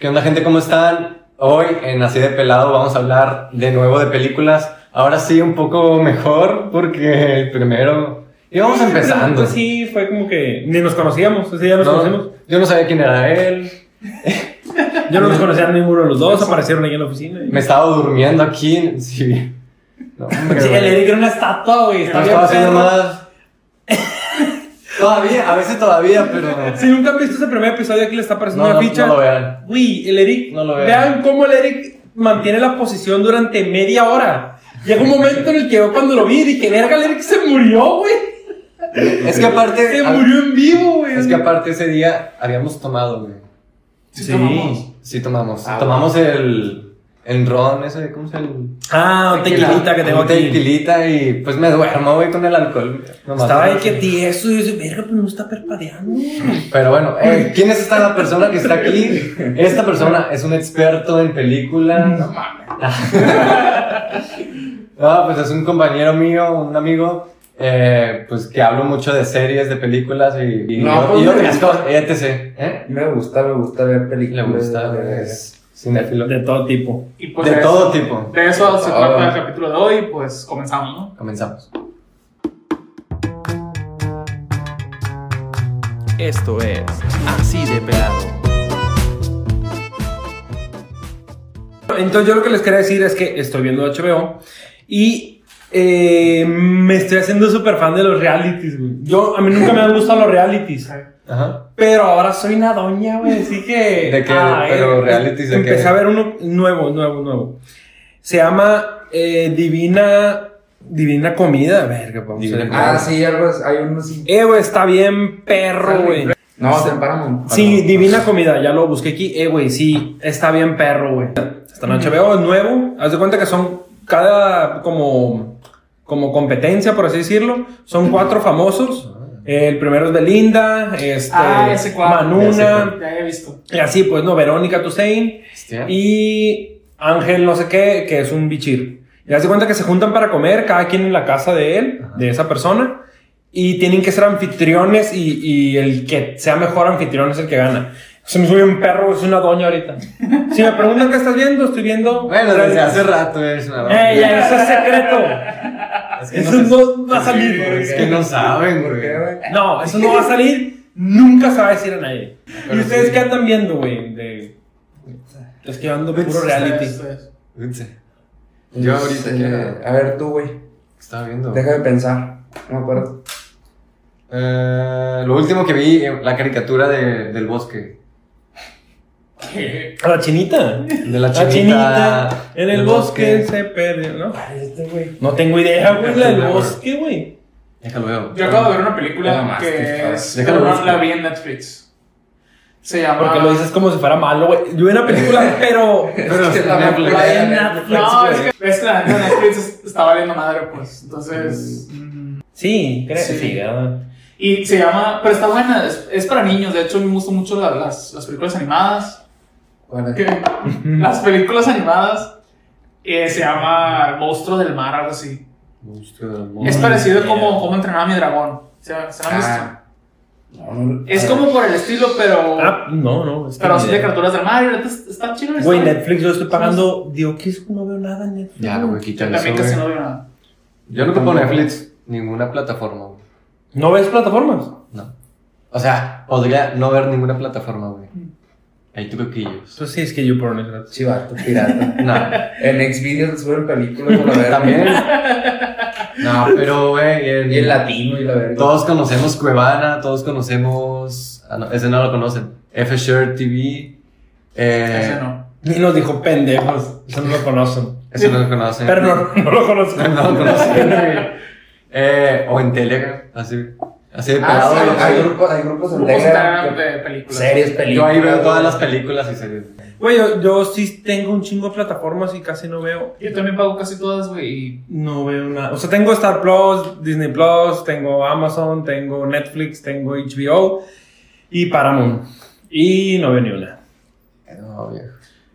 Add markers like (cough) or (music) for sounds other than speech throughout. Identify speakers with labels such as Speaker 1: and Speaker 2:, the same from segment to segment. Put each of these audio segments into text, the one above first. Speaker 1: ¿Qué onda gente? ¿Cómo están? Hoy en Así de Pelado vamos a hablar de nuevo de películas. Ahora sí un poco mejor porque primero íbamos empezando.
Speaker 2: Pues sí, fue como que ni nos conocíamos, así ya nos
Speaker 1: No,
Speaker 2: conocemos.
Speaker 1: yo no sabía quién era él.
Speaker 2: Yo no nos conocía a ninguno de los dos, aparecieron ahí en la oficina. y-
Speaker 1: Me estaba durmiendo aquí. Sí. No, hombre,
Speaker 2: Sí,
Speaker 1: güey.
Speaker 2: le dieron una estatua, güey.
Speaker 1: No
Speaker 2: está bien
Speaker 1: estaba haciendo
Speaker 2: perro.
Speaker 1: nada. Todavía, a veces todavía, pero...
Speaker 2: Si nunca han visto ese primer episodio, aquí le está apareciendo
Speaker 1: No,
Speaker 2: una
Speaker 1: no,
Speaker 2: ficha.
Speaker 1: no lo vean.
Speaker 2: Güey, el Eric.
Speaker 1: No lo vean.
Speaker 2: vean. cómo el Eric mantiene la posición durante media hora. Llega un momento en el que yo cuando lo vi dije, verga, el Eric se murió, güey.
Speaker 1: Es que aparte...
Speaker 2: Se murió en vivo, güey.
Speaker 1: Es que aparte ese día habíamos tomado, güey.
Speaker 2: Sí. tomamos.
Speaker 1: Sí, tomamos.
Speaker 2: Ah,
Speaker 1: tomamos el, el ron ese, ¿cómo se llama?
Speaker 2: Ah, un tequilita que tengo
Speaker 1: Un
Speaker 2: aquí.
Speaker 1: Tequilita y pues me duermo, güey, con el alcohol. nomás.
Speaker 2: Estaba ahí que tieso y yo dije, verga, pues no está perpadeando.
Speaker 1: Pero bueno, eh, ¿quién es esta persona que está aquí? Esta persona es un experto en películas. No mames. (laughs) ah, pues es un compañero mío, un amigo. eh, pues que hablo mucho de series, de películas y, y,
Speaker 3: No,
Speaker 1: y
Speaker 3: pues,
Speaker 1: otras cosas, etc. ¿Eh?
Speaker 3: Me gusta, me gusta ver
Speaker 1: Le
Speaker 3: películas.
Speaker 1: gusta,
Speaker 3: de-
Speaker 1: es cinéfilo.
Speaker 2: De todo tipo.
Speaker 4: Y pues
Speaker 1: De
Speaker 4: es-
Speaker 1: todo tipo.
Speaker 4: De eso se trata
Speaker 1: Ah.
Speaker 4: el capítulo de hoy, pues comenzamos, ¿no?
Speaker 1: Comenzamos.
Speaker 5: Esto es Así de Pelado.
Speaker 2: Entonces yo lo que les quería decir es que estoy viendo HBO y eh, me estoy haciendo súper fan de los realities, güey. Yo, a mí nunca me han gustado los realities,
Speaker 1: Ajá.
Speaker 2: pero ahora soy una doña, güey, así que...
Speaker 1: (laughs)
Speaker 2: ah, eh,
Speaker 1: ¿De qué? Pero realities, ¿de qué?
Speaker 2: Empecé a ver uno nuevo, nuevo, nuevo. Se llama eh, Divina... Divina Comida, verga, vamos
Speaker 1: Divina
Speaker 2: a ver.
Speaker 3: Ah, sí, algo, as- hay unos. sí.
Speaker 2: Eh, güey, está bien perro, güey.
Speaker 3: No, se emparan.
Speaker 2: Sí, Divina Comida, ya lo busqué aquí. Eh, güey, sí, está bien perro, güey. Esta noche veo es nuevo. Haz de cuenta que son cada como, como competencia, por así decirlo. Son cuatro famosos. El primero es Belinda, este,
Speaker 4: ah, ese cuadro.
Speaker 2: Manuna,
Speaker 4: Ya he visto.
Speaker 2: y así pues, ¿no? Verónica Tussain
Speaker 1: Hostia.
Speaker 2: y Ángel no sé qué, que es un bichir. Y haz de cuenta que se juntan para comer, cada quien en la casa de él, de esa persona, y tienen que ser anfitriones y, y el que sea mejor anfitrión es el que gana. Se me sube un perro, es una doña ahorita.
Speaker 1: (laughs)
Speaker 2: Si me preguntan qué estás viendo, estoy viendo...
Speaker 1: Bueno, desde hace rato eres una
Speaker 2: ¡Ey, ey, eso es secreto!
Speaker 1: Es que
Speaker 2: Eso
Speaker 1: no, se-
Speaker 2: no va a salir. güey.
Speaker 1: es que no saben,
Speaker 3: ¿Por qué,
Speaker 1: güey.
Speaker 3: güey?
Speaker 2: No, eso no va a salir, nunca se va a decir a nadie. ¿Y
Speaker 1: Pero
Speaker 2: ustedes
Speaker 1: sí.
Speaker 2: qué andan viendo, güey? De... Es que yo ando puro reality.
Speaker 4: Esto es-
Speaker 1: Ups. Yo ahorita
Speaker 3: Eh,
Speaker 1: que era-
Speaker 3: A ver, tú, güey.
Speaker 1: estaba viendo.
Speaker 3: Déjame pensar. No me acuerdo.
Speaker 1: Eh, lo último que vi, eh, la caricatura de- del bosque.
Speaker 4: ¿Qué?
Speaker 2: A la chinita.
Speaker 1: De la
Speaker 2: La
Speaker 1: chinita.
Speaker 2: chinita en el
Speaker 1: del
Speaker 2: bosque, se perdió, ¿no?
Speaker 3: Este, güey.
Speaker 2: No tengo idea, güey, la del
Speaker 1: Déjame ver.
Speaker 2: bosque, güey.
Speaker 1: Déjalo veo.
Speaker 4: Yo acabo de ver una
Speaker 3: Ya
Speaker 4: película
Speaker 3: nomás,
Speaker 4: que
Speaker 3: tío,
Speaker 4: es.
Speaker 1: déjalo
Speaker 4: pero no
Speaker 1: busco.
Speaker 4: la vi en Netflix. Se llama.
Speaker 2: Porque lo dices como si fuera malo, güey. Yo vi una película, pero...
Speaker 1: Pero
Speaker 3: Es que la
Speaker 1: Netflix.
Speaker 3: película de Netflix,
Speaker 4: No,
Speaker 3: güey.
Speaker 4: es que es que la neta Netflix es- está valiendo madre, pues. Entonces. mm,
Speaker 2: Sí, creo
Speaker 4: Sí.
Speaker 2: sí. ¿verdad?
Speaker 4: Y se llama. Pero está buena, es, es para niños. De hecho, a mí me gustan mucho la- las, las películas animadas.
Speaker 3: Bueno,
Speaker 4: que las películas animadas eh, se llama El monstruo del mar, algo así.
Speaker 1: Monstruo del
Speaker 4: Es
Speaker 1: bosque.
Speaker 4: parecido
Speaker 2: yeah.
Speaker 4: como cómo entrenar a mi dragón. ¿Se, se la han visto?
Speaker 3: Ah. no, no,
Speaker 4: Es
Speaker 3: a
Speaker 4: como por el estilo, pero.
Speaker 2: Ah, no, no. es que
Speaker 4: pero
Speaker 2: ni
Speaker 4: así de
Speaker 2: idea.
Speaker 4: criaturas del mar. y ahorita es- Está chido. la
Speaker 2: Güey,
Speaker 4: historia.
Speaker 2: Netflix, yo estoy pagando... Digo, ¿qué es? No veo nada en Netflix.
Speaker 1: Ya, güey, quita eso.
Speaker 4: También casi
Speaker 1: güey.
Speaker 4: no veo nada.
Speaker 1: Yo no ocupo Netflix, ninguna plataforma, güey.
Speaker 2: ¿No ves plataformas?
Speaker 1: No. O sea, podría no ver ninguna plataforma, güey. Ahí tú coquillos.
Speaker 2: Pues sí, es que yo por Netflix.
Speaker 3: ver, Chivato, pirata.
Speaker 1: No, (laughs)
Speaker 3: En Xvideos suben películas con la verga.
Speaker 1: también. No, pero, güey. en-
Speaker 3: Y el latino y la verga. Ah,
Speaker 1: Todos conocemos Cuevana, todos conocemos. Ah, no, ese no lo conocen. FShare TV. Eh,
Speaker 4: Ese no.
Speaker 2: Y nos dijo pendejos. Eso no lo conocen.
Speaker 1: Ese no lo conocen.
Speaker 2: Pero no, no lo conozco.
Speaker 1: (laughs) No lo conocen. güey. Eh, o en Telegram, así. Así de
Speaker 3: Ah,
Speaker 1: pelado.
Speaker 3: sí,
Speaker 1: lo
Speaker 3: hay,
Speaker 1: sigo.
Speaker 3: grupos, hay grupos en
Speaker 4: Grupos Instagram
Speaker 3: Telegram.
Speaker 4: de
Speaker 3: que-
Speaker 4: películas.
Speaker 3: Series, películas.
Speaker 1: Yo ahí veo todas las películas y series.
Speaker 2: Güey, yo, yo sí tengo un chingo de plataformas y casi no veo.
Speaker 4: Yo también pago casi todas, güey. y-
Speaker 2: No veo nada. O sea, tengo Star Plus, Disney Plus, tengo Amazon, tengo Netflix, tengo HBO y Paramount. Y no veo ni una.
Speaker 1: No, viejo.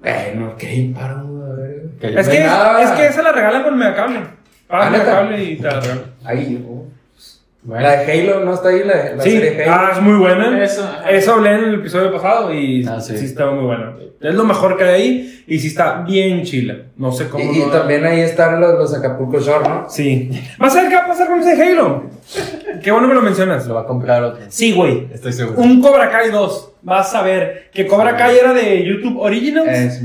Speaker 3: Bueno, qué imparo, la verga.
Speaker 1: Que yo-
Speaker 2: Es que,
Speaker 3: Pues nada.
Speaker 2: es que esa la regalan por Megacable. Pagas
Speaker 3: Ah, ¿neta?
Speaker 2: Megacable y te la regalan.
Speaker 3: Ahí, oh.
Speaker 1: Bueno,
Speaker 3: La de Halo no está ahí, la, la
Speaker 2: Sí,
Speaker 3: serie Halo.
Speaker 2: ah, es muy buena.
Speaker 4: Eso, ajá.
Speaker 2: Eso hablé en el episodio pasado y
Speaker 1: Ah, sí.
Speaker 2: sí está muy buena. Es lo mejor que hay ahí y sí está bien chila. No sé cómo.
Speaker 3: y, y
Speaker 2: no-
Speaker 3: también ahí están los, los Acapulco Shore, ¿no?
Speaker 2: Sí. Va a ser qué va a pasar con ese Halo. Qué bueno que lo mencionas.
Speaker 1: lo va a comprar otro.
Speaker 2: Sí, güey.
Speaker 1: Estoy seguro.
Speaker 2: Un Cobra Kai 2. Vas a ver que Cobra Kai era de YouTube Originals.
Speaker 3: Es-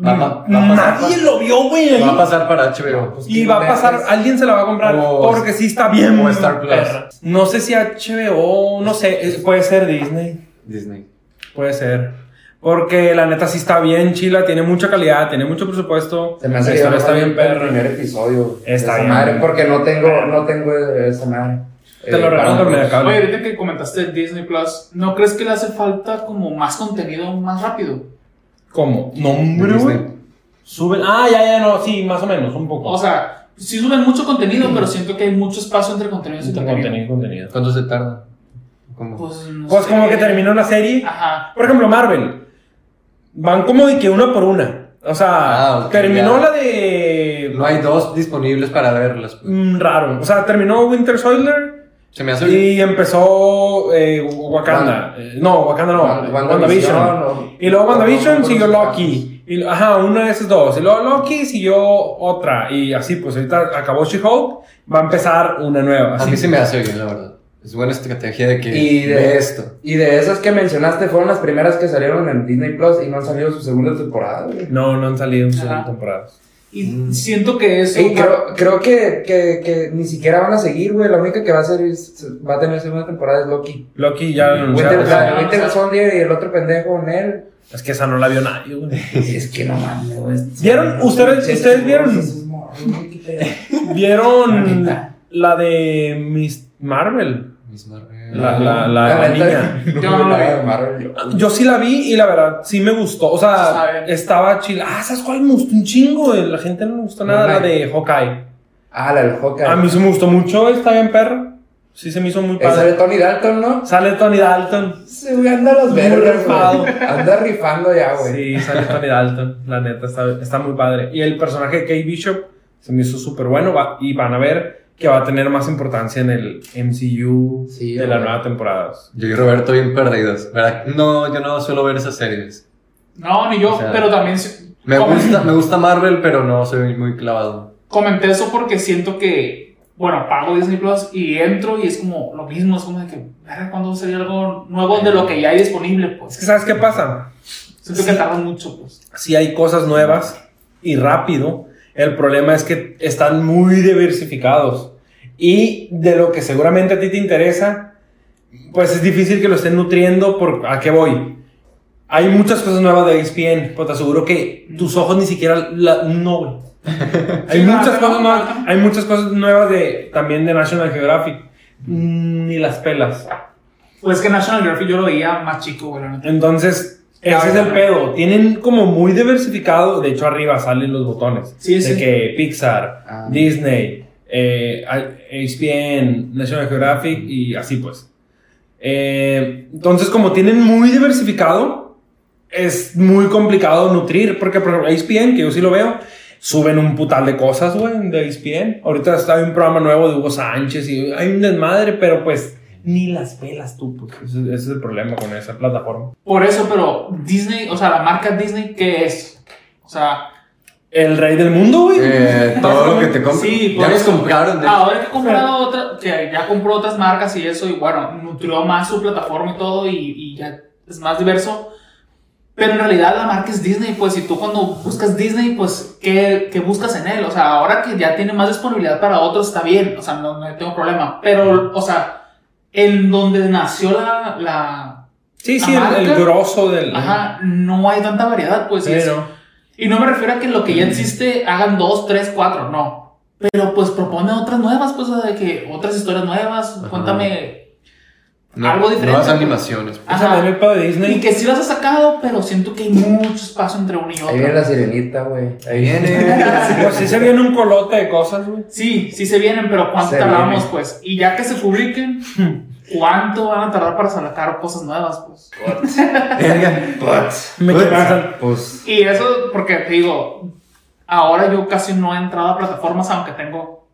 Speaker 1: Va, va- va a pasar,
Speaker 2: Nadie lo vio, güey. ahí.
Speaker 1: va a pasar para HBO.
Speaker 3: pues,
Speaker 2: Y
Speaker 3: ¿qué
Speaker 2: va a
Speaker 3: vergas?
Speaker 2: pasar, alguien se la va a comprar
Speaker 1: O-
Speaker 2: porque sí está bien.
Speaker 1: o Star Plus.
Speaker 2: perra. No sé si HBO, no sé, es- puede ser Disney,
Speaker 1: Disney.
Speaker 2: puede ser. Porque la neta sí está bien chila, tiene mucha calidad, tiene mucho presupuesto.
Speaker 3: Se me hace
Speaker 2: La
Speaker 3: que
Speaker 2: historia
Speaker 3: yo
Speaker 2: está
Speaker 3: no
Speaker 2: bien
Speaker 3: vi el
Speaker 2: perra.
Speaker 3: primer episodio. de
Speaker 2: Está
Speaker 3: esa
Speaker 2: bien.
Speaker 3: Madre, porque no tengo, no tengo esa madre.
Speaker 2: Te
Speaker 1: Eh,
Speaker 2: lo regalo con el
Speaker 4: Oye,
Speaker 2: cable.
Speaker 4: ahorita que comentaste Disney Plus, ¿no crees que le hace falta como más contenido más rápido?
Speaker 2: ¿Cómo? Nombre, güey.
Speaker 1: Disney.
Speaker 2: Suben. Ah, ya, ya, no, sí, más o menos, un poco.
Speaker 4: O sea, sí suben mucho contenido, pero siento que hay mucho espacio entre contenidos y
Speaker 2: Entre
Speaker 4: contenido.
Speaker 2: contenido, contenido.
Speaker 1: ¿Cuánto se tarda? Como
Speaker 4: Pues, no
Speaker 2: Pues
Speaker 4: sé.
Speaker 2: como que terminó la serie.
Speaker 4: Ajá.
Speaker 2: Por ejemplo, Marvel. Van como de que una por una. O sea,
Speaker 1: Ah, ok,
Speaker 2: terminó
Speaker 1: ya.
Speaker 2: la de.
Speaker 1: No hay dos disponibles para verlas. pues.
Speaker 2: Mm, raro. O sea, terminó Winter Soldier
Speaker 1: Se me hace
Speaker 2: y empezó eh, Wakanda. Eh, no, Wakanda no.
Speaker 3: Wan-
Speaker 2: WandaVision.
Speaker 3: WandaVision,
Speaker 2: Y luego
Speaker 3: o- o-
Speaker 2: WandaVision
Speaker 3: o-
Speaker 2: siguió
Speaker 3: los
Speaker 2: Loki. Y, ajá, una de esas dos. Y luego Loki siguió otra. Y así, pues ahorita acabó She-Hulk. Va a empezar una nueva.
Speaker 1: A
Speaker 2: Así.
Speaker 1: mí se me hace bien, la verdad. Es buena estrategia de que
Speaker 3: Y de-
Speaker 1: ve esto.
Speaker 3: Y de esas que mencionaste fueron las primeras que salieron en Disney Plus y no han salido su segunda temporada. güey.
Speaker 2: No, no han salido en segunda
Speaker 4: Ajá.
Speaker 2: temporada.
Speaker 4: Y siento que eso.
Speaker 3: Y creo, creo que, que, que ni siquiera van a seguir, güey. La única que va a ser es- va a tener segunda temporada es Loki.
Speaker 2: Loki ya lo
Speaker 3: Winter,
Speaker 2: anunciaron.
Speaker 4: Winterfell.
Speaker 3: la- Winter Soldier y el otro pendejo en él.
Speaker 2: Es que esa no la vio nadie, güey.
Speaker 3: Es que no mames, güey.
Speaker 2: ¿Vieron? ¿Ustedes-
Speaker 3: Pinches
Speaker 2: ustedes vieron?
Speaker 3: esos morros, güey, qué pedo. La
Speaker 2: ¿Vieron
Speaker 3: neta.
Speaker 2: la de Miss Marvel?
Speaker 1: Miss Marvel.
Speaker 2: La, la, la, Ah, la
Speaker 3: neta,
Speaker 2: niña.
Speaker 4: (laughs) Yo no lo
Speaker 3: la
Speaker 4: vi.
Speaker 3: de Marvel, yo.
Speaker 2: Yo sí la vi y la verdad sí me gustó. O sea,
Speaker 4: Sabe.
Speaker 2: estaba chila. Ah, ¿sabes cuál me gustó un chingo? La gente no me gustó nada. La de Hawkeye.
Speaker 3: Ah, la del Hawkeye.
Speaker 2: A mí sí me gustó mucho. Está bien, perro. Sí se me hizo muy
Speaker 3: Esa Ah,
Speaker 2: padre.
Speaker 3: de Tony Dalton, ¿no?
Speaker 2: Sale Tony Dalton.
Speaker 3: Se güey, anda a las
Speaker 2: Muy
Speaker 3: vergas,
Speaker 2: rifado.
Speaker 3: güey. Anda rifando ya, güey.
Speaker 2: Sí, sale Tony Dalton. La neta, está, está muy padre. Y el personaje de Kate Bishop se me hizo súper bueno. va- y van a ver que va a tener más importancia en el MCU
Speaker 3: Sí,
Speaker 2: de la
Speaker 3: güey.
Speaker 2: nueva temporada.
Speaker 1: Yo y Roberto bien perdidos. ¿verdad? No, yo no suelo ver esas series.
Speaker 4: No, ni yo,
Speaker 1: O sea,
Speaker 4: pero también. si-
Speaker 1: Me
Speaker 4: comen-
Speaker 1: gusta, me gusta Marvel, pero no soy muy clavado.
Speaker 4: (laughs) Comenté eso porque siento que. Bueno, pago Disney Plus y entro y es como lo mismo. Es como de que. "Verga, ¿Cuándo va a salir algo nuevo de lo que ya hay disponible? Pues.
Speaker 2: Es que, ¿sabes qué pasa?
Speaker 4: Siento que tardan mucho, pues.
Speaker 2: si hay cosas nuevas y rápido. El problema es que están muy diversificados. Y de lo que seguramente a ti te interesa, pues es difícil que lo estén nutriendo por a qué voy. Hay muchas cosas nuevas de E ESPN, pero te aseguro que tus ojos ni siquiera la, no. güey. Hay
Speaker 4: Sí, no,
Speaker 2: muchas
Speaker 4: no,
Speaker 2: cosas
Speaker 4: no.
Speaker 2: nuevas, hay muchas cosas nuevas de también de National Geographic. Mm, Ni las pelas.
Speaker 4: Pues que National Geographic yo lo veía más chico, güey, la neta.
Speaker 2: Entonces, ese es el pedo. Tienen como muy diversificado. De hecho, arriba salen los botones.
Speaker 4: Sí,
Speaker 2: de
Speaker 4: sí.
Speaker 2: que Pixar,
Speaker 3: Ah.
Speaker 2: Disney, eh, HBN, National Geographic y así pues. Eh, entonces, como tienen muy diversificado, es muy complicado nutrir. Porque, por ejemplo, ESPN, que yo sí lo veo, suben un putal de cosas, güey, de ESPN. Ahorita está hay un programa nuevo de Hugo Sánchez y hay un desmadre, pero pues ni las pelas tú, pues. Ese, ese es el problema con esa plataforma.
Speaker 4: Por eso, pero Disney, o sea, la marca Disney, ¿qué es? O sea,
Speaker 2: El rey del mundo, güey.
Speaker 1: Eh, todo lo que te compras.
Speaker 4: Sí, por
Speaker 1: ya nos
Speaker 4: eso. Ah,
Speaker 1: compraron. de-
Speaker 4: ahora que he comprado otra, que ya compró otras marcas y eso, y bueno, nutrió más su plataforma y todo, y, y ya es más diverso. Pero en realidad la marca es Disney, pues, y tú cuando buscas Disney, pues, ¿qué, qué buscas en él? O sea, ahora que ya tiene más disponibilidad para otros, está bien, o sea, no, no tengo problema. Pero, o sea, en donde nació la, la-
Speaker 2: Sí,
Speaker 4: La
Speaker 2: sí, el, el
Speaker 4: marca.
Speaker 2: grosso del.
Speaker 4: Ajá, no hay tanta variedad, pues. y es-
Speaker 2: Pero.
Speaker 4: Y no me refiero a que lo que ya existe hagan dos, tres, cuatro, no. Pero pues propone otras nuevas, pues, o sea, de que otras historias nuevas,
Speaker 1: Ajá.
Speaker 4: cuéntame.
Speaker 1: No-
Speaker 4: algo diferente.
Speaker 1: Nuevas animaciones. pues.
Speaker 2: Esa
Speaker 4: Ajá.
Speaker 2: madre el pedo de
Speaker 4: Y
Speaker 2: Disney.
Speaker 4: que sí las has sacado, pero siento que hay mucho espacio entre una y
Speaker 3: Ahí viene
Speaker 4: otra.
Speaker 3: la sirenita, güey. Ahí
Speaker 2: Pues sí se viene un colote de cosas, güey.
Speaker 4: Sí, sí se vienen, pero ¿cuánto
Speaker 3: Se
Speaker 4: tardamos,
Speaker 3: vienen.
Speaker 4: pues? Y ya que se publiquen, ¿cuánto van a tardar para sacar cosas nuevas, pues?
Speaker 1: (laughs) Verga.
Speaker 2: Me
Speaker 1: Uy.
Speaker 2: cansan.
Speaker 3: Pues.
Speaker 4: Y eso porque te digo, ahora yo casi no he entrado a plataformas, aunque tengo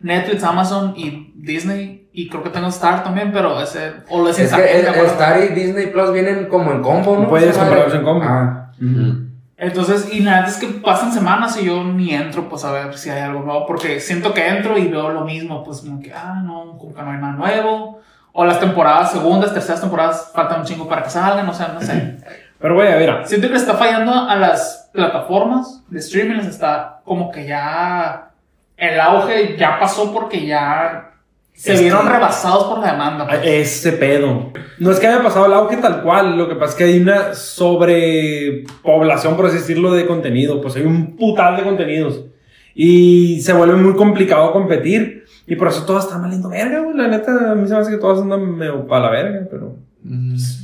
Speaker 4: Netflix, Amazon y Disney. y creo que tengo Star también, pero ese. O lo
Speaker 3: Es que el- el Star y Disney Plus vienen como en combo, ¿no?
Speaker 2: Puedes
Speaker 3: Esa madre.
Speaker 2: comprarlos en combo.
Speaker 3: Ah,
Speaker 1: Mm,
Speaker 4: Entonces, y la neta es que pasan semanas y yo ni entro, pues a ver si hay algo nuevo, porque siento que entro y veo lo mismo, pues como que, ah, no, como que no hay nada nuevo. O las temporadas, segundas, terceras temporadas, faltan un chingo para que salgan, o sea, no sé.
Speaker 2: Pero, güey, mira.
Speaker 4: Siento que le está fallando a las plataformas de streaming, les está como que ya el auge ya pasó porque ya se
Speaker 2: Es
Speaker 4: vieron
Speaker 2: que- Eh,
Speaker 4: rebasados por la demanda. pues.
Speaker 2: Ese este pedo. No es que haya pasado el auge tal cual, lo que pasa es que hay una sobrepoblación, por así decirlo, de contenido. Pues hay un putal de contenidos. Y se vuelve muy complicado competir. Y por eso todas están valiendo verga, güey. La neta, a mí se me hace que todas andan medio para la verga, pero.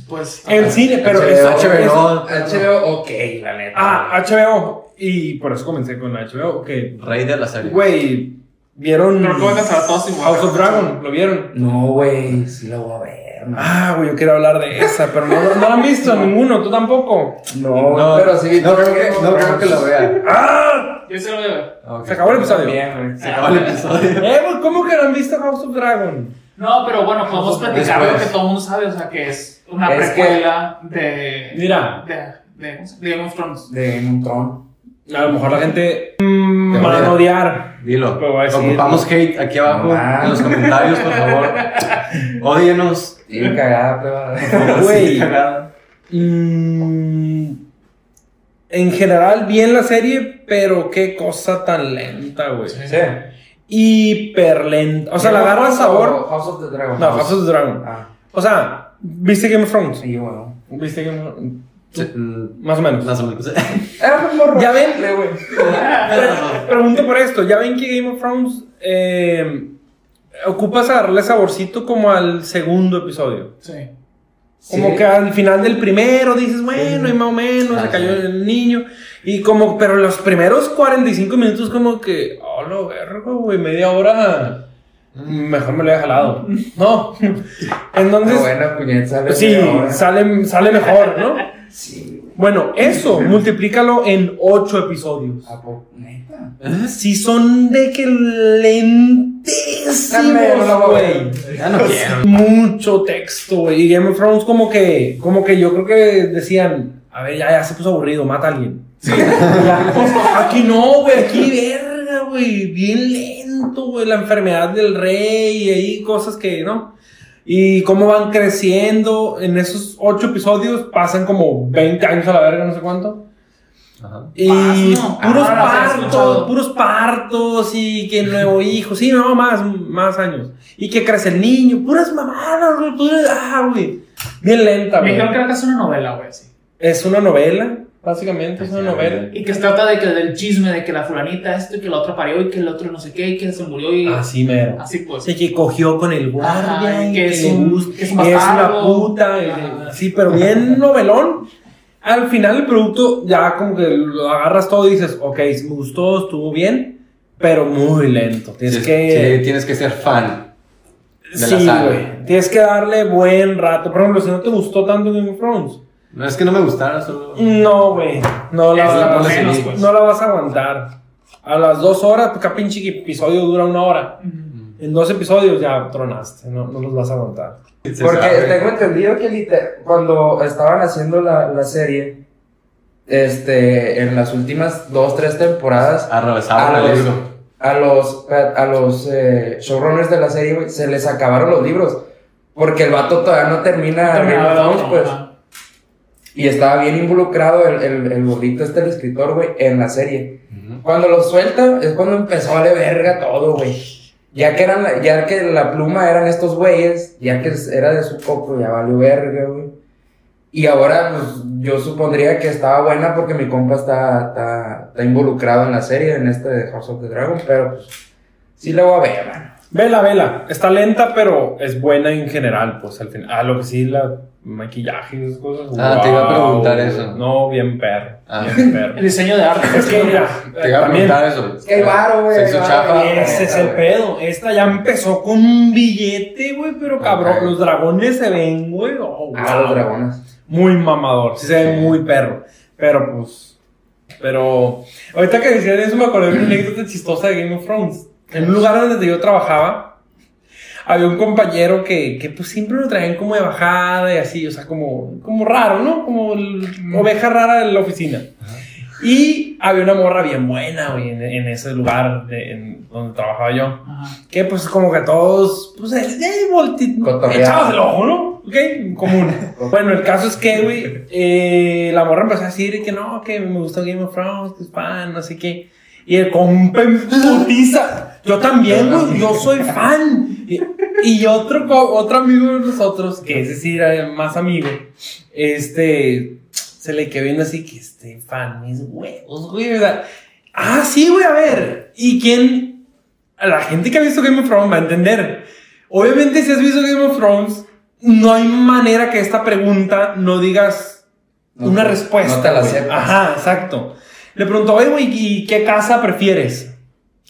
Speaker 4: Pues,
Speaker 1: Ah,
Speaker 2: El cine, pero
Speaker 1: HBO,
Speaker 2: eso-
Speaker 1: HBO,
Speaker 3: HBO, ok, la neta.
Speaker 2: Ah, HBO. Y por eso comencé con HBO, que,
Speaker 1: Rey de la serie.
Speaker 2: güey, vieron
Speaker 4: Creo que voy a cancelar todas igual.
Speaker 2: House of Dragon, lo vieron.
Speaker 3: No, güey, sí la voy a ver. No,
Speaker 2: Ah, güey, yo quiero hablar de esa, pero no, no la han (laughs) visto ninguno, tú tampoco.
Speaker 3: no, pero sí. pues,
Speaker 1: no creo que, no creo que lo vea.
Speaker 2: ¡Ah!
Speaker 4: yo sí lo voy a ver.
Speaker 2: Se acabó el episodio.
Speaker 3: Bien,
Speaker 1: Se acabó el episodio.
Speaker 2: Eh, güey, ¿cómo que no han visto House of Dragon?
Speaker 4: No, pero bueno, podemos platicar de lo que
Speaker 1: Después.
Speaker 4: todo el mundo sabe, o sea, que es una
Speaker 3: Es que-
Speaker 4: precuela de,
Speaker 2: Mira,
Speaker 4: de, de, de Game of Thrones.
Speaker 3: De un tron.
Speaker 2: a lo mejor la gente mm, me van a odiar.
Speaker 1: Dilo.
Speaker 2: Lo voy a decir.
Speaker 1: Ocupamos hate aquí abajo
Speaker 3: Ah.
Speaker 1: en los comentarios, por favor. Odienos.
Speaker 3: Bien cagada, pleba.
Speaker 2: (laughs) Güey.
Speaker 1: cagada.
Speaker 2: Mm, en general, bien la serie, pero qué cosa tan lenta, güey.
Speaker 3: Sí.
Speaker 2: Hiper lenta. O sea, la agarra sabor.
Speaker 3: House of the Dragon.
Speaker 2: No, House of the Dragon.
Speaker 3: Ah,
Speaker 2: O sea, ¿viste Game of Thrones?
Speaker 3: sí, bueno.
Speaker 2: ¿Viste Game of Thrones?
Speaker 1: Sí, mm,
Speaker 2: Más o menos.
Speaker 1: Más o menos.
Speaker 3: Era un Ah, pues, morro.
Speaker 2: Ya ven.
Speaker 3: Le, güey.
Speaker 2: Pre- Pregunto por esto, ya ven que Game of Thrones eh, ocupas agarrarle saborcito como al segundo episodio.
Speaker 4: Sí.
Speaker 2: Como
Speaker 3: Sí.
Speaker 2: que al final del primero dices, bueno, y más o menos, se
Speaker 1: Ah,
Speaker 2: cayó
Speaker 1: sí.
Speaker 2: el niño. Y como, pero los primeros 45 minutos como que, oh, lo vergo, güey, media hora, mejor me lo he jalado. (laughs) No.
Speaker 3: Una
Speaker 2: Entonces,
Speaker 3: buena puñet sale.
Speaker 2: Pues sí,
Speaker 3: güey, ahora.
Speaker 2: sale, sale mejor, ¿no?
Speaker 3: (laughs) Sí, Ah, pues. güey.
Speaker 2: Bueno, eso, multiplícalo en 8 episodios.
Speaker 3: ¿A poco? Neta.
Speaker 2: Si son de que
Speaker 3: Dame, no la
Speaker 2: lentísimos,
Speaker 3: voy a
Speaker 2: güey.
Speaker 1: Ya no quiero.
Speaker 2: Mucho texto, güey. Y Game of Thrones como que, como que yo creo que decían, a ver, ya, ya se puso aburrido, mata a alguien. (laughs) Ya, pues, aquí no, güey, aquí verga, güey. Bien lento, güey. La enfermedad del rey y ahí cosas que, ¿no? Y cómo van creciendo. En esos ocho episodios pasan como 20 años a la verga, no sé cuánto.
Speaker 1: Ajá.
Speaker 2: Y
Speaker 4: Pasmo.
Speaker 2: puros
Speaker 4: Ah,
Speaker 2: partos,
Speaker 4: sí, he escuchado.
Speaker 2: puros partos y que nuevo hijo, sí, no, más, más años. Y que crece el niño, puras mamadas, güey, puras- ah, güey. Bien lenta,
Speaker 4: Me
Speaker 2: güey.
Speaker 4: dijeron que era casi una novela, güey, sí.
Speaker 2: Es una novela, básicamente, es una novela.
Speaker 4: Y que se trata de que del chisme de que la fulanita esto y que la otra parió y que el otro no sé qué y que se murió y
Speaker 2: Así mero.
Speaker 4: así pues.
Speaker 2: Ah, Sí, que cogió con el guardia
Speaker 4: Ajá,
Speaker 2: y
Speaker 4: y
Speaker 2: que,
Speaker 4: que es
Speaker 2: le
Speaker 4: un-
Speaker 2: gusta,
Speaker 4: que es
Speaker 2: es,
Speaker 4: un
Speaker 2: una
Speaker 4: bastardo.
Speaker 2: puta, y-
Speaker 4: Ajá.
Speaker 2: sí, pero
Speaker 4: (laughs)
Speaker 2: bien novelón. Al final el producto ya como que lo agarras todo y dices, ok, sí me gustó, estuvo bien, pero muy lento. Tienes
Speaker 1: Sí,
Speaker 2: que...
Speaker 1: sí, tienes que ser fan. de la
Speaker 2: sí,
Speaker 1: saga.
Speaker 2: güey. Tienes que darle buen rato. Por ejemplo, si no te gustó tanto Game of Thrones,
Speaker 1: No es que no me gustara, solo.
Speaker 2: no, güey. No la,
Speaker 4: Es
Speaker 2: vas a-
Speaker 1: la pones en
Speaker 2: no,
Speaker 1: mí, pues.
Speaker 2: la vas a aguantar. A las dos horas, porque cada pinche episodio dura una hora.
Speaker 4: Ujú.
Speaker 2: En dos episodios ya tronaste, no, no los vas a aguantar.
Speaker 1: Se
Speaker 3: Porque
Speaker 1: sabe.
Speaker 3: tengo entendido que liter- cuando estaban haciendo la, la serie, este, en las últimas dos, tres temporadas,
Speaker 1: Arrabasaba
Speaker 3: Ah,
Speaker 1: el
Speaker 3: los-
Speaker 1: libro.
Speaker 3: a los, a los eh, showrunners de la serie, güey, se les acabaron los libros. Porque el vato todavía no termina Game of Thrones, pues.
Speaker 4: Ajá.
Speaker 3: Y estaba bien involucrado el, el, el burrito este, el escritor, güey, en la serie.
Speaker 1: Ujú.
Speaker 3: Cuando lo suelta es cuando empezó a le verga todo, güey. Ya que, eran la- ya que la pluma eran estos güeyes, ya que es- era de su coco, ya valió verga, güey. Y ahora, pues, yo supondría que estaba buena porque mi compa está, está, está involucrado en la serie, en este de House of the Dragon, pero pues, sí la voy a ver, mano.
Speaker 2: Vela, vela. Está lenta, pero es buena en general, pues al final. Ah, lo que sí, la maquillaje y esas cosas.
Speaker 1: Ah, te iba a
Speaker 2: guau,
Speaker 1: preguntar
Speaker 2: güey.
Speaker 1: eso.
Speaker 2: No, bien perro.
Speaker 1: Ah. (laughs)
Speaker 2: Bien perro.
Speaker 4: El diseño de arte.
Speaker 2: es que, mira,
Speaker 1: Te iba a
Speaker 2: también-
Speaker 1: preguntar eso.
Speaker 3: que hay varo, güey,
Speaker 1: Se hizo
Speaker 3: hay varo,
Speaker 1: chafa.
Speaker 3: güey.
Speaker 2: Ese es el pedo. Esta ya empezó con un billete, güey, pero cabrón.
Speaker 1: Ok.
Speaker 2: Los dragones se ven, güey. oh,
Speaker 3: Ah,
Speaker 2: wow.
Speaker 3: los dragones.
Speaker 2: Muy mamador. Sí, se ve muy perro. Pero pues. Pero. Ahorita que decía eso, me acordé de una anécdota chistosa de Game of Thrones. En un lugar donde yo trabajaba, había un compañero que, que pues siempre lo traían como de bajada y así, o sea, como, como raro, ¿no? Como el- oveja rara de la oficina. Y había una morra bien buena, güey, en, en ese lugar de- en donde trabajaba yo.
Speaker 4: Ajá.
Speaker 2: Que pues como que todos, pues, eh, eh, volti-
Speaker 3: Cotorreaban.
Speaker 2: echados el ojo, ¿no? Ok, en común. bueno, el caso es que, güey, eh, la morra empezó a decir que no, que me gustó Game of Thrones, que es fan, no sé qué. Y el compa en putiza, Yo también, güey, yo soy fan. Y, y otro, co- otro amigo de nosotros, que es decir, eh, más amigo, este, se le quedó viendo así que este fan, mis huevos, güey, ¿verdad? Ah, sí, güey, a ver. ¿Y quién? A la gente que ha visto Game of Thrones va a entender. Obviamente, si has visto Game of Thrones, no hay manera que esta pregunta no digas
Speaker 3: No,
Speaker 2: una
Speaker 3: no
Speaker 2: respuesta.
Speaker 3: te la
Speaker 2: güey.
Speaker 3: sepas.
Speaker 2: Ajá, exacto. Le preguntó, oye, güey, ¿y qué casa prefieres?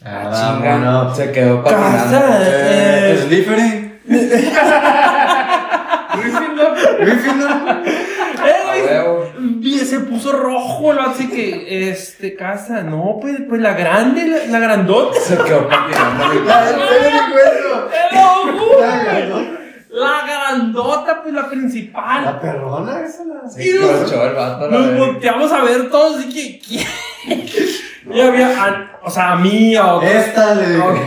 Speaker 3: Ah,
Speaker 1: Ah,
Speaker 3: chinga.
Speaker 1: bueno.
Speaker 3: Se quedó
Speaker 2: Casa.
Speaker 3: patinando.
Speaker 2: Eh,
Speaker 1: Eh, Slytherin. Gryffindor.
Speaker 2: Eh,
Speaker 3: A
Speaker 2: güey,
Speaker 3: huevo.
Speaker 2: vi- se puso rojo, lo así que, este, casa, no, pues, pues la grande, la, la grandota. Eh,
Speaker 3: Se quedó patinando. güey.
Speaker 1: La del pelo de cuero. La grandota.
Speaker 2: La grandota, pues la principal.
Speaker 1: La perrona esa la.
Speaker 3: Se escuchó el vato, la
Speaker 2: Nos
Speaker 3: verga.
Speaker 2: volteamos a ver todos y que.
Speaker 3: (laughs)
Speaker 2: ¿quién? Y había. a- o sea, a mí, a otros.
Speaker 1: Esta le digo.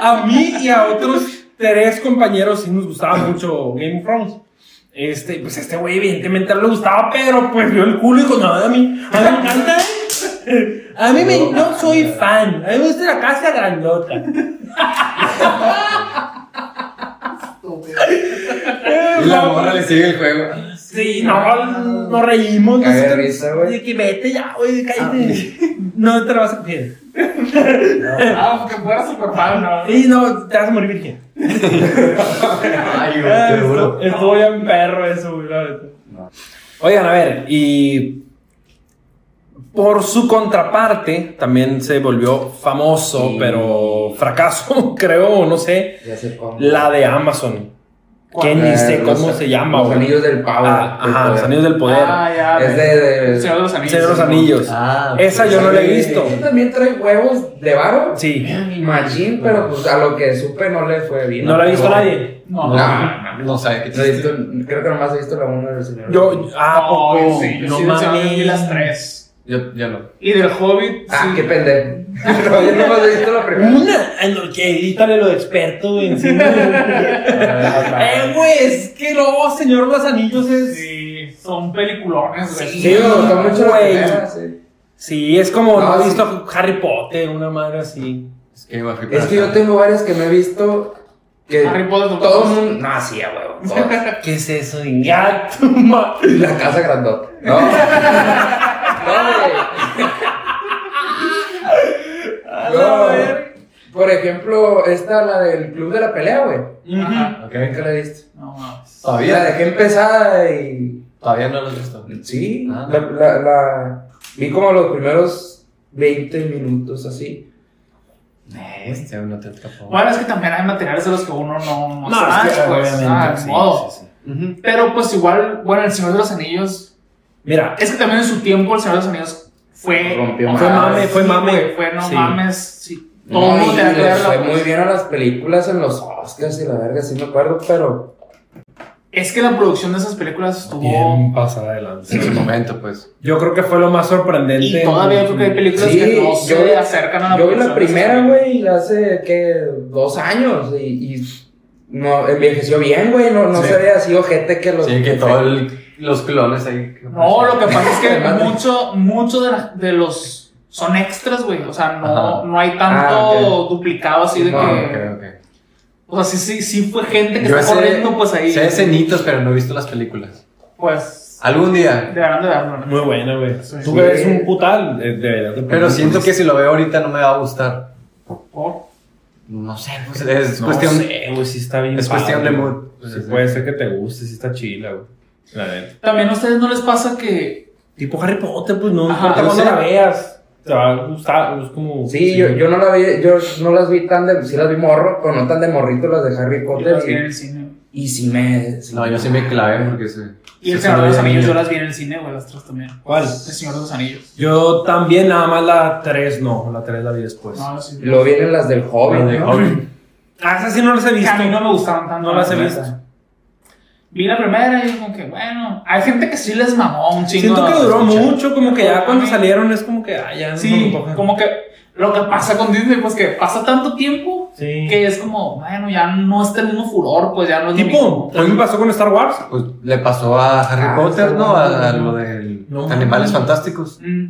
Speaker 2: A mí y a otros tres compañeros sí nos gustaba mucho Game of Thrones. Este, pues este güey, evidentemente no le gustaba, pero pues vio el culo y dijo: No, a mí, a mí me encanta. ¿eh? A mí me, no soy fan. A mí me gusta la casa grandota.
Speaker 1: Y la morra le sigue el juego.
Speaker 2: Sí, no, nos reímos.
Speaker 3: Cagué
Speaker 2: no sé
Speaker 3: de
Speaker 2: qué-
Speaker 3: risa, güey.
Speaker 2: de que vete ya, güey, cállate. No te la vas a bien.
Speaker 4: Ah, aunque fuera super fan, no.
Speaker 2: Y no, te vas a morir virgen.
Speaker 1: Ay, güey,
Speaker 2: Ah,
Speaker 1: te
Speaker 2: estu-
Speaker 1: juro.
Speaker 2: Estuvo bien perro eso, güey, la neta. Oigan, a ver, y por su contraparte también se volvió famoso,
Speaker 3: Sí.
Speaker 2: pero fracaso, (laughs) creo, no sé,
Speaker 3: Ya sé cómo.
Speaker 2: la de Amazon. Que ni
Speaker 3: Eh,
Speaker 2: sé
Speaker 3: los-
Speaker 2: cómo se llama,
Speaker 3: Los
Speaker 2: güey.
Speaker 3: anillos del pavo.
Speaker 2: Ah,
Speaker 3: del
Speaker 2: Ajá,
Speaker 3: poder.
Speaker 2: los anillos del poder.
Speaker 4: Ah, ya.
Speaker 3: Es de- de-
Speaker 4: Señor de los Anillos.
Speaker 2: Señor de los Anillos.
Speaker 1: Ah,
Speaker 2: Esa yo no la he visto.
Speaker 3: Este también trae huevos de varo?
Speaker 4: Ah.
Speaker 2: Sí.
Speaker 3: Imagín, pero pues a lo que supe no le fue bien.
Speaker 2: No la ha visto nadie.
Speaker 4: No.
Speaker 1: No, no sabe qué
Speaker 3: No he visto-
Speaker 1: chiste.
Speaker 3: creo que nomás he visto la una del señor.
Speaker 2: Yo, ah,
Speaker 4: No,
Speaker 2: poco.
Speaker 4: yo sí, yo
Speaker 2: no
Speaker 4: sí,
Speaker 2: mames.
Speaker 4: yo vi las tres.
Speaker 1: Yo, yo
Speaker 4: (laughs)
Speaker 1: no.
Speaker 4: Y del Hobbit.
Speaker 3: Ah,
Speaker 4: sí.
Speaker 3: qué pendejo. (laughs) No, yo nomás he visto la primera.
Speaker 2: Una, en lo que edítale lo de experto, güey, encima. Eh, güey, es que luego Señor de los Anillos es. Sí,
Speaker 4: Sí, son peliculones, güey.
Speaker 3: Sí, me gustó mucho la
Speaker 2: güey.
Speaker 3: primera, sí.
Speaker 2: es como no,
Speaker 3: No,
Speaker 2: has
Speaker 3: sí.
Speaker 2: visto Harry Potter, una madre así.
Speaker 1: Es que, iba a
Speaker 3: Es que yo tengo varias que me he visto que
Speaker 4: Harry Potter, ¿no?
Speaker 3: todo el mundo. No, sí, a huevo. todas.
Speaker 2: ¿Qué es eso? Ya, tu ma-
Speaker 3: La casa grandota. No. no, güey.
Speaker 2: A
Speaker 3: No.
Speaker 2: la ver.
Speaker 3: Por ejemplo, esta, la del club de la pelea, güey.
Speaker 4: Ajá.
Speaker 3: Nunca
Speaker 1: Ok.
Speaker 3: la he visto.
Speaker 4: No mames.
Speaker 3: La
Speaker 1: Todavía,
Speaker 3: dejé empezada y.
Speaker 1: todavía no lo has visto.
Speaker 3: Sí.
Speaker 1: Ah.
Speaker 3: La, la, la- Vi como los primeros 20 minutos así.
Speaker 1: Este aún no te escapó.
Speaker 4: Bueno, es que también hay materiales de los que uno no, no,
Speaker 2: No,
Speaker 4: sabe,
Speaker 2: es que
Speaker 4: pues.
Speaker 2: obviamente,
Speaker 4: Ah, ni
Speaker 2: sí,
Speaker 4: modo.
Speaker 1: sí, sí.
Speaker 4: Pero pues igual, bueno, El Señor de los Anillos.
Speaker 2: Mira,
Speaker 4: Es que también en su tiempo El Señor de los Anillos fue.
Speaker 3: Rompió
Speaker 4: o
Speaker 2: fue
Speaker 4: sea,
Speaker 2: mame, fue
Speaker 4: sí,
Speaker 2: mame.
Speaker 4: güey, Fue no
Speaker 2: Sí.
Speaker 4: mames. sí. Todo el
Speaker 3: No,
Speaker 4: mundo
Speaker 3: y
Speaker 4: tenía que
Speaker 3: le
Speaker 4: verla,
Speaker 3: fue
Speaker 4: pues.
Speaker 3: muy bien a las películas en los Oscars y la verga, sí me acuerdo, pero.
Speaker 4: Es que la producción de esas películas estuvo.
Speaker 2: bien pasada adelante.
Speaker 1: En su momento, pues.
Speaker 2: Yo creo que fue lo más sorprendente.
Speaker 4: Y todavía creo que hay películas que no se
Speaker 3: vi-
Speaker 4: acercan a la
Speaker 3: Yo vi la
Speaker 4: producción de esas
Speaker 3: primera,
Speaker 4: películas.
Speaker 3: güey, hace que dos años y, y no, envejeció bien, güey. No, no
Speaker 1: Sí.
Speaker 3: se ve así ojete que los.
Speaker 1: Sí, que todos los clones ahí. que
Speaker 4: No, lo que pasa
Speaker 3: (laughs)
Speaker 4: es que
Speaker 3: Mande.
Speaker 4: mucho, mucho de, la- de los son extras, güey. O sea, no,
Speaker 1: Ajá.
Speaker 4: no hay tanto
Speaker 3: Ah,
Speaker 4: duplicado así de
Speaker 3: No,
Speaker 4: que.
Speaker 1: Ok, ok.
Speaker 4: O sea, sí, sí, sí fue gente que
Speaker 1: Yo
Speaker 4: está
Speaker 1: sé-
Speaker 4: corriendo, pues ahí.
Speaker 1: Sé escenitas, pero no he visto las películas.
Speaker 4: Pues.
Speaker 1: Algún día.
Speaker 4: Deberán de verlo. ¿no?
Speaker 2: Muy buena, güey.
Speaker 4: Sí.
Speaker 2: Tú eres un putal. eh, deberías de
Speaker 1: Pero
Speaker 2: poner-
Speaker 1: siento que si lo veo ahorita no me va a gustar.
Speaker 4: Por-
Speaker 1: No sé, pues, es
Speaker 2: No
Speaker 1: cuestión.
Speaker 2: sé, güey, sí está bien.
Speaker 1: Es cuestión
Speaker 2: padre.
Speaker 1: de mood.
Speaker 2: Sí,
Speaker 1: Sí, sí.
Speaker 2: puede ser que te guste, sí está chila, güey. La neta.
Speaker 4: También a ustedes no les pasa que.
Speaker 2: Tipo Harry Potter, pues no
Speaker 4: Ajá,
Speaker 2: importa
Speaker 1: yo
Speaker 2: cuando
Speaker 1: sé.
Speaker 2: la veas. Te va a gustar, es como.
Speaker 3: Sí, yo, yo no la vi, yo no las vi tan de, sí las vi morro, pero no tan de morrito las de Harry
Speaker 4: Yo las vi en
Speaker 3: Potter
Speaker 4: el cine.
Speaker 3: y, y sí me...
Speaker 1: No, yo sí me clavé porque sí.
Speaker 4: Y el
Speaker 1: Sí,
Speaker 4: Señor de
Speaker 1: sí,
Speaker 4: los
Speaker 1: sí.
Speaker 4: Anillos, yo las vi en el cine, güey, las tres también.
Speaker 2: ¿Cuál?
Speaker 4: El Señor de los Anillos.
Speaker 2: Yo también, nada más la 3, no, la 3 la vi después.
Speaker 4: No, sí.
Speaker 3: Lo vienen las del Hobbit,
Speaker 1: Lo de
Speaker 3: ¿no?
Speaker 1: Hobbit.
Speaker 2: Ah, esas sí no las he
Speaker 4: Que
Speaker 2: visto.
Speaker 4: a mí no me gustaron tanto.
Speaker 2: No las
Speaker 4: la
Speaker 2: he
Speaker 4: neta.
Speaker 2: visto.
Speaker 4: Vi la primera y como que, bueno, hay gente que sí les mamó un chingo.
Speaker 2: Siento que duró
Speaker 4: escuchar.
Speaker 2: mucho, como que ya cuando
Speaker 4: A mí-
Speaker 2: salieron es como que, ah, ya no me
Speaker 4: Sí,
Speaker 2: antoja.
Speaker 4: como que lo que pasa con Disney, pues que pasa tanto tiempo
Speaker 2: Sí.
Speaker 4: que es como, bueno, ya no es el mismo furor, pues ya no es lo
Speaker 2: Tipo,
Speaker 4: mismo.
Speaker 2: ¿qué me pasó con Star Wars?
Speaker 1: Pues le pasó a Harry
Speaker 3: Ah,
Speaker 1: Potter,
Speaker 3: sí,
Speaker 1: ¿no? A, a
Speaker 3: no.
Speaker 1: lo de
Speaker 2: No.
Speaker 1: Animales Fantásticos.
Speaker 4: Mm.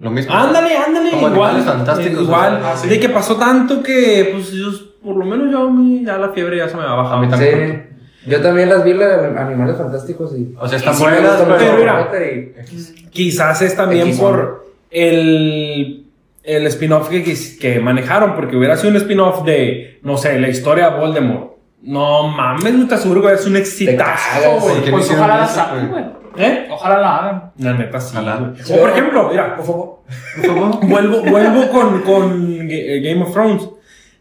Speaker 1: Lo mismo.
Speaker 2: Ándale, ándale,
Speaker 1: Como
Speaker 2: igual.
Speaker 1: animales fantásticos,
Speaker 2: eh, igual.
Speaker 1: o sea,
Speaker 4: ah, sí.
Speaker 2: De que pasó tanto que, pues, yo, por lo menos yo, a mí ya la fiebre ya se me va bajando.
Speaker 1: A mí
Speaker 3: Sí.
Speaker 1: también.
Speaker 3: Yo también las vi, las de Animales Fantásticos y...
Speaker 1: O sea, están
Speaker 3: y sí me
Speaker 1: buenas,
Speaker 3: gustó
Speaker 1: pero,
Speaker 3: mucho
Speaker 2: pero mira,
Speaker 3: Harry Potter y-
Speaker 2: Quizás es también
Speaker 3: X1.
Speaker 2: por el, el spin-off que, quis- que manejaron, porque hubiera sido un spin-off de, no sé, la historia de Voldemort. No mames, no te aseguro, güey, es un exitazo,
Speaker 3: cagas,
Speaker 2: güey.
Speaker 1: ¿por qué no
Speaker 4: Pues
Speaker 1: hicieron
Speaker 4: ojalá la
Speaker 1: eso,
Speaker 4: saquen,
Speaker 1: güey?
Speaker 4: güey.
Speaker 2: ¿Eh?
Speaker 4: Ojalá la hagan.
Speaker 2: La neta sí.
Speaker 1: Ojalá.
Speaker 2: güey. O Ah, por ejemplo, mira,
Speaker 3: Por favor.
Speaker 2: vuelvo, vuelvo con, con Ga- eh, Game of Thrones.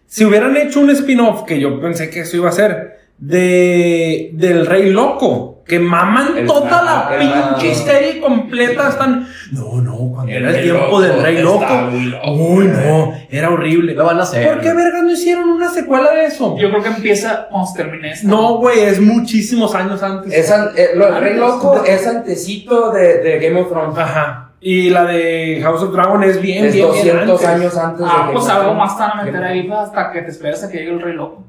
Speaker 2: Si hubieran hecho un spin-off, que yo pensé que eso iba a ser, de, del Rey Loco, que maman
Speaker 3: El-
Speaker 2: toda la
Speaker 3: ah,
Speaker 2: pinche
Speaker 3: el-
Speaker 2: serie completa, están... No, no, cuando
Speaker 3: El
Speaker 2: era el
Speaker 3: Rey
Speaker 2: tiempo
Speaker 3: Loco
Speaker 2: del Rey Loco.
Speaker 3: está muy loco, eh.
Speaker 2: Uy, no, era
Speaker 1: (laughs)
Speaker 2: horrible.
Speaker 1: Lo van a hacer.
Speaker 2: ¿Por qué verga no hicieron una secuela de eso?
Speaker 4: Yo creo que empieza cuando termine esta.
Speaker 2: No, güey, es muchísimos años antes.
Speaker 3: Es an- eh, lo- el Rey
Speaker 2: Antes.
Speaker 3: Loco es antecito de, de Game of Thrones.
Speaker 2: Ajá. Y la de House of Dragon es bien,
Speaker 3: es
Speaker 2: bien, bien
Speaker 3: 200
Speaker 2: antes.
Speaker 3: años antes de
Speaker 4: Ah,
Speaker 3: Game
Speaker 4: pues
Speaker 3: of
Speaker 4: algo
Speaker 3: Thrones.
Speaker 4: más te van a meter ahí pues, hasta que te esperes a que llegue el rey loco.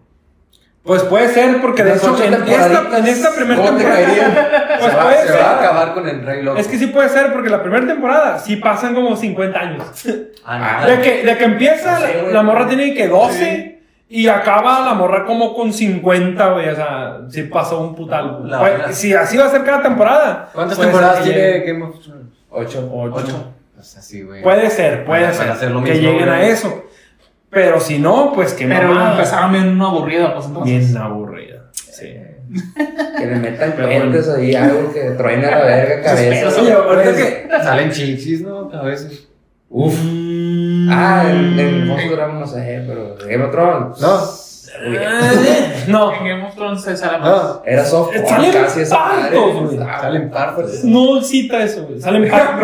Speaker 2: Pues puede ser, porque de
Speaker 3: Unas
Speaker 2: hecho
Speaker 3: ocho
Speaker 2: en esta,
Speaker 3: temporaditas,
Speaker 2: en esta primera
Speaker 3: ¿cómo te
Speaker 2: temporada.
Speaker 3: caería?
Speaker 2: (laughs) Pues
Speaker 1: se va,
Speaker 2: puede
Speaker 1: se va a
Speaker 2: ser.
Speaker 1: acabar con el Rey Loco.
Speaker 2: Es que sí puede ser, porque la primera temporada sí pasan como 50 años. De
Speaker 1: Ah, no.
Speaker 2: que, de que empieza,
Speaker 1: Ah,
Speaker 3: Sí,
Speaker 2: la,
Speaker 3: güey.
Speaker 2: la morra tiene que 12 y acaba la morra como con 50, güey. O sea, sí pasó un putal.
Speaker 1: La
Speaker 2: Pues,
Speaker 1: verdad.
Speaker 2: si así va a ser cada temporada. pues, eh,
Speaker 1: ¿Cuántas
Speaker 2: puede
Speaker 1: temporadas
Speaker 2: ser que
Speaker 1: tiene
Speaker 2: llegue-
Speaker 1: Game of Thrones?
Speaker 3: Ocho.
Speaker 2: Ocho.
Speaker 1: Ocho. Pues así, güey.
Speaker 2: Puede ser, puede
Speaker 1: Para-
Speaker 2: ser.
Speaker 1: para hacer lo
Speaker 2: que
Speaker 1: mismo,
Speaker 2: lleguen
Speaker 1: güey.
Speaker 2: a eso. Pero si no, pues que
Speaker 4: Pero
Speaker 2: mamada.
Speaker 4: empezaron bien una aburrida, pues entonces.
Speaker 2: Bien aburrida. Sí.
Speaker 3: Que le metan
Speaker 2: Pero
Speaker 3: puentes ahí, algo que truene la verga cabeza.
Speaker 2: Oye, ahorita
Speaker 3: Pues,
Speaker 2: que.
Speaker 1: Salen chichis, ¿no? A veces.
Speaker 2: Uf.
Speaker 3: Ah, en en House of Dragon no sé, pero Game of Thrones.
Speaker 1: No.
Speaker 2: No.
Speaker 4: En Game of Thrones se sale más.
Speaker 1: No.
Speaker 3: Era soft.
Speaker 2: Salen
Speaker 3: casi esa madre.
Speaker 2: partos, güey.
Speaker 3: Ah,
Speaker 1: Salen partes.
Speaker 2: No cita eso, güey. Salen par-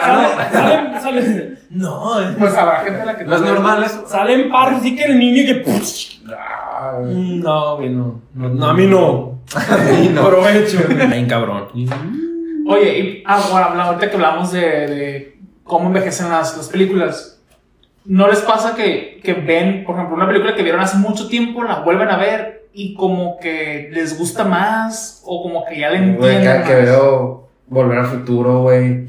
Speaker 2: (laughs) Salen, salen, salen. No, eh.
Speaker 4: Pues habrá gente a la que
Speaker 1: No es normal eso.
Speaker 2: salen par, sí que el niño que.
Speaker 3: ah,
Speaker 2: No, güey, no. No, no, a mí no.
Speaker 1: Sí, no.
Speaker 2: Provecho. Bien cabrón.
Speaker 4: Oye, y ah, bueno, habla- ahorita que hablamos de, de cómo envejecen las, las películas, ¿no les pasa que, que ven, por ejemplo, una película que vieron hace mucho tiempo, la vuelven a ver y como que les gusta más o como que ya la
Speaker 3: Güey,
Speaker 4: entienden?
Speaker 3: cada que
Speaker 4: más?
Speaker 3: veo Volver al Futuro, güey.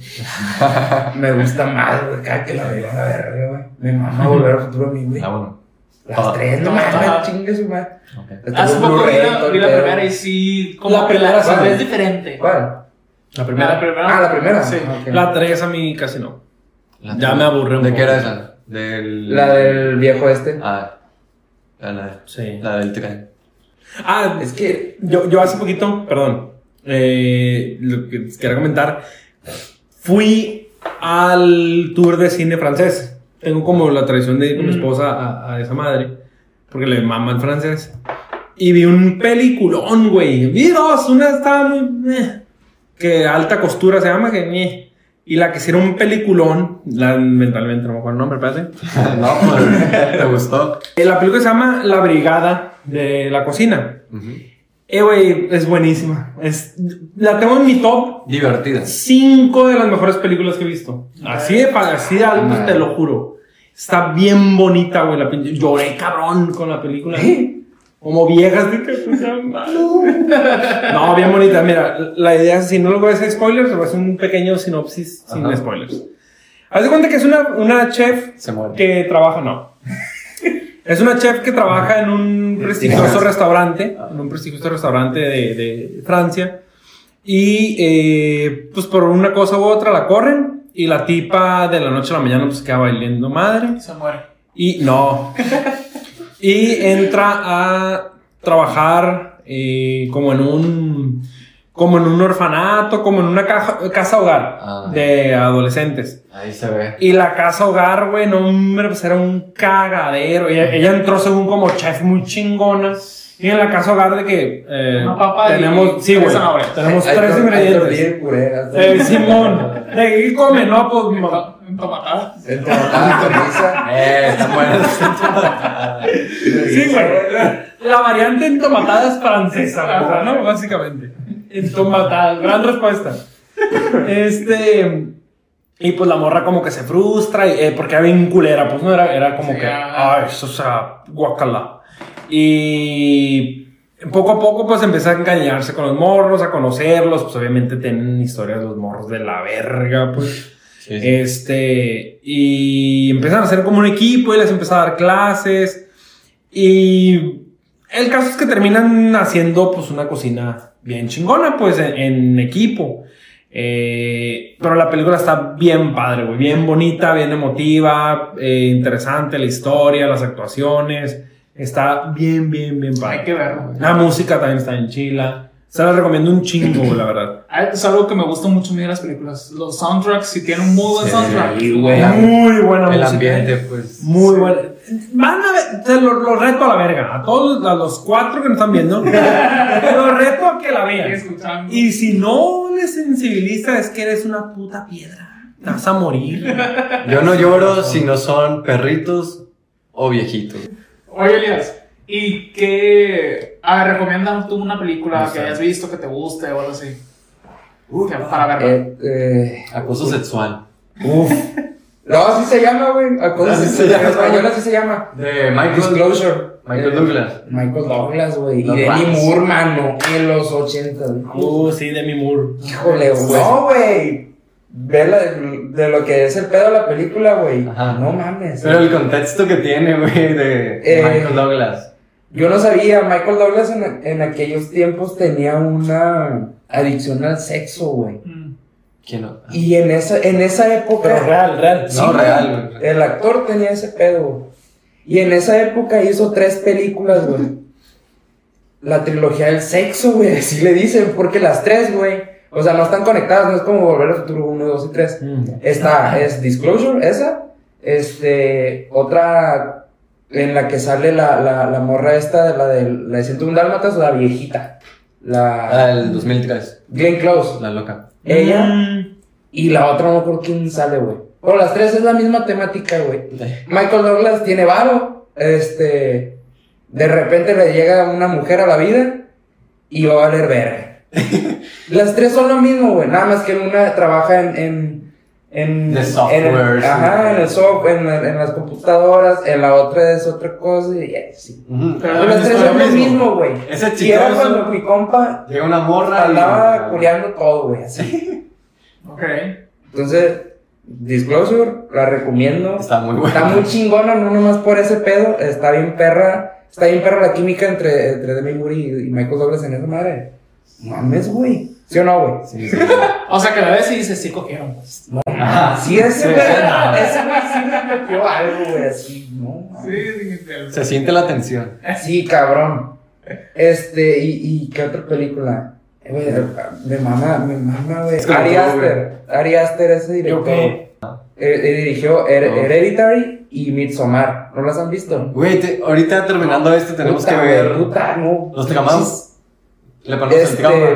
Speaker 3: me gusta más, güey. Cada que la veo, la verga, güey. Me mama Volver al Futuro a mí, güey.
Speaker 1: Ah, bueno.
Speaker 3: Las tres, no
Speaker 4: Todas.
Speaker 3: mames, chingue su madre.
Speaker 1: Ok.
Speaker 3: Las
Speaker 4: Hace
Speaker 3: tengo en
Speaker 4: poco vi
Speaker 3: Blu-ray,
Speaker 4: la,
Speaker 3: todo el
Speaker 4: vi la
Speaker 3: pedo.
Speaker 4: primera y sí, como
Speaker 2: La
Speaker 4: que
Speaker 2: primera,
Speaker 4: la, la
Speaker 3: ¿cuál?
Speaker 4: ves diferente.
Speaker 3: ¿Cuál?
Speaker 2: La
Speaker 4: La
Speaker 2: primera.
Speaker 4: primera.
Speaker 3: Ah, la primera.
Speaker 4: Sí.
Speaker 3: Ah, ok.
Speaker 2: La 3 a mí casi no.
Speaker 1: La-
Speaker 2: Ya me aburrí un
Speaker 1: ¿De
Speaker 2: poco.
Speaker 1: qué era esa? Del...
Speaker 3: La del viejo este.
Speaker 1: Ah. La, la-
Speaker 2: Sí.
Speaker 1: la del tren.
Speaker 2: Ah,
Speaker 3: Es que.
Speaker 2: Yo, yo hace poquito, perdón, eh, lo que les quería comentar, fui al tour de cine francés. Tengo como la tradición de ir con mi
Speaker 4: Mm.
Speaker 2: esposa a, a esa madre, porque le mama el francés. Y vi un peliculón, güey. Vi dos, una estaba muy... eh, que alta costura se llama, que... eh. Y la que hicieron un peliculón, la, mentalmente no me acuerdo el nombre, espérate.
Speaker 1: (laughs) no, pues, ¿te gustó?
Speaker 2: Eh, La película se llama La Brigada de la Cocina.
Speaker 1: Ujú.
Speaker 2: Eh, güey, es buenísima. Es, la tengo en mi top
Speaker 1: Divertida.
Speaker 2: 5 de las mejores películas que he visto. Así de, pa- así de alto,
Speaker 3: Ah.
Speaker 2: te lo juro. Está bien bonita, güey. La pinche- Lloré cabrón con la película. Como viejas de que puta madre. No, bien bonita. Mira, la idea es, si no lo voy a hacer spoilers, voy a hacer un pequeño sinopsis sin
Speaker 1: Ajá.
Speaker 2: spoilers. Haz de cuenta que es una, una chef
Speaker 1: Se muere.
Speaker 2: que trabaja, no. (laughs) Es una chef que trabaja en Ah. un prestigioso restaurante, en un prestigioso restaurante de, de Francia. Y eh, pues por una cosa u otra la corren y la tipa de la noche a la mañana pues queda bailando madre.
Speaker 4: Y se muere.
Speaker 2: Y (laughs) no. y entra a trabajar eh, como en un como en un orfanato, como en una caja- casa hogar
Speaker 1: Ah.
Speaker 2: de adolescentes.
Speaker 1: Ahí se ve.
Speaker 2: Y la casa hogar, güey, no, hombre, pues era un cagadero. Ella, ella entró según como chef muy chingona. Y en la casa hogar de que eh,
Speaker 4: Una papa y-
Speaker 2: tenemos,
Speaker 4: y
Speaker 2: sí,
Speaker 4: tres
Speaker 2: güey,
Speaker 4: zanahorias.
Speaker 2: tenemos
Speaker 3: Ay,
Speaker 2: tres
Speaker 3: ay, ay,
Speaker 2: ingredientes.
Speaker 3: olvidé el puré, hasta-
Speaker 2: Eh, Simón, De ahí come, no, pues mi mamá.
Speaker 4: Ento- entomatada.
Speaker 3: El tomatazo con risa.
Speaker 1: Eh, están (laughs) buenas.
Speaker 2: Sí, güey. La variante entomatada es francesa, ¿verdad? ¿no? Básicamente. Entomatada, gran respuesta. Este. Y pues la morra como que se frustra, y, eh, porque era bien culera, pues no era, era como
Speaker 4: Sí,
Speaker 2: que,
Speaker 4: ah.
Speaker 2: ay, eso, o sea, guacala. Y poco a poco pues empecé a engañarse con los morros, a conocerlos, pues obviamente tienen historias los morros de la verga, pues.
Speaker 1: Sí, sí.
Speaker 2: Este, y empezaron a hacer como un equipo y les empezó a dar clases. Y el caso es que terminan haciendo pues una cocina bien chingona, pues en, en equipo. Eh, pero la película está bien padre, güey, bien bonita, bien emotiva, eh, interesante la historia, las actuaciones. Está bien, bien, bien padre.
Speaker 4: Hay que verlo. güey.
Speaker 2: La música también está en chila. Se la recomiendo un chingo, güey, la verdad.
Speaker 4: Ah, Es algo que me gusta mucho a mí de las películas. Los soundtracks, si tienen un muy buen
Speaker 1: Sí,
Speaker 4: soundtrack.
Speaker 3: güey. El am-
Speaker 2: Muy buena
Speaker 1: El
Speaker 2: música. eh.
Speaker 1: ambiente, pues.
Speaker 2: Muy bueno. Van a ver, te lo, lo reto a la verga. A todos, a los cuatro que nos
Speaker 1: (laughs)
Speaker 2: están viendo, lo reto a que la
Speaker 4: Hay que
Speaker 2: vean.
Speaker 4: escuchar.
Speaker 2: Y si no les sensibiliza, es que eres una puta piedra. Te vas a morir.
Speaker 1: Eh, Yo no lloro si no son perritos o viejitos.
Speaker 4: Oye, Elías, ¿y qué. Ah, recomiendan tú una película que hayas visto, que te guste o algo así? Que- para verla.
Speaker 3: Eh, eh,
Speaker 1: Acoso sexual.
Speaker 2: Uf.
Speaker 3: no, así se llama, güey. Acoso
Speaker 1: Así se
Speaker 3: sexual. En
Speaker 1: llama.
Speaker 3: español así se llama.
Speaker 1: De Michael,
Speaker 3: Disclosure.
Speaker 1: Michael
Speaker 3: Eh,
Speaker 1: Douglas.
Speaker 3: Michael Douglas, güey. Y
Speaker 1: Los
Speaker 3: Demi
Speaker 1: Rams.
Speaker 3: Moore, mano. En los 80, güey.
Speaker 2: Uh, sí, de mi muro.
Speaker 3: Híjole, güey. No, güey. Ve la- de lo que es el pedo de la película, güey.
Speaker 1: Ajá.
Speaker 3: No mames.
Speaker 1: Pero el contexto que tiene, güey, de
Speaker 3: Eh.
Speaker 1: Michael Douglas.
Speaker 3: Yo no sabía, Michael Douglas en, en aquellos tiempos tenía una adicción al sexo, güey.
Speaker 4: Mm.
Speaker 1: ¿Quién no?
Speaker 3: Y en esa, en esa
Speaker 2: Pero
Speaker 3: época,
Speaker 2: real, real.
Speaker 1: No,
Speaker 3: güey.
Speaker 1: real, güey.
Speaker 3: el actor tenía ese pedo. güey. Y en esa época hizo tres películas, güey. La trilogía del sexo, güey, así le dicen, porque las tres, güey. O sea, no están conectadas, no es como Volver al Futuro 1, 2 y 3.
Speaker 2: Mm.
Speaker 3: Esta es Disclosure, esa. Este, otra en la que sale la, la, la morra esta, la de la de 101 Dálmatas, la viejita.
Speaker 1: Ah,
Speaker 3: La
Speaker 1: el 2003,
Speaker 3: Glenn Close,
Speaker 1: la loca.
Speaker 3: ella.
Speaker 2: Mm.
Speaker 3: Y la otra no creo quién sale, güey. Pero las tres es la misma temática, güey. Michael Douglas tiene varo. Este, de repente le llega una mujer a la vida y va a valer verga.
Speaker 1: (laughs)
Speaker 3: las tres son lo mismo, güey. Nada más que una trabaja en. en en,
Speaker 1: De
Speaker 3: en-
Speaker 1: softwares.
Speaker 3: ajá, en el software, en, la- en las computadoras, en la otra es otra cosa y así.
Speaker 1: Ujú.
Speaker 4: Pero
Speaker 3: Pero las tres son lo mismo, güey.
Speaker 1: Ese
Speaker 3: Y
Speaker 1: chico
Speaker 3: era
Speaker 1: es
Speaker 3: cuando
Speaker 1: un-
Speaker 3: mi compa
Speaker 1: Llega una morra
Speaker 3: andaba
Speaker 1: y...
Speaker 3: culeando todo, güey, así.
Speaker 4: Ok.
Speaker 3: Entonces, Disclosure, la recomiendo.
Speaker 1: Está muy bueno. (laughs)
Speaker 3: Está muy chingona, no nomás por ese pedo. Está bien perra. Está bien perra la química entre, entre Demi Moore y, y Michael Douglas en esa madre. Mames, güey. ¿Sí o no, güey?
Speaker 1: Sí, sí.
Speaker 4: O sea, que la ves y dices, sí, cogieron.
Speaker 1: Ajá.
Speaker 3: Sí, ese
Speaker 1: Sí,
Speaker 3: güey.
Speaker 1: sí, no.
Speaker 3: Ese güey sí me metió algo, güey. Así, no. mames.
Speaker 4: Sí, sí, sí.
Speaker 1: Se siente la tensión.
Speaker 3: Sí, cabrón. Este, y, y qué otra película. Eh, güey, Me mama, me mama, güey.
Speaker 1: Es como
Speaker 3: Ari
Speaker 1: todo,
Speaker 3: Aster. Ari Aster, ese
Speaker 2: Yo
Speaker 3: director.
Speaker 2: qué.
Speaker 3: Eh, eh, dirigió Her-
Speaker 1: No.
Speaker 3: Hereditary y Midsommar. ¿No las han visto?
Speaker 1: Güey, te- ahorita terminando esto tenemos que
Speaker 3: Puta, güey,
Speaker 1: ver...
Speaker 3: Puta, no.
Speaker 1: Los tramados. Le ponemos
Speaker 3: Este,
Speaker 1: el trauma.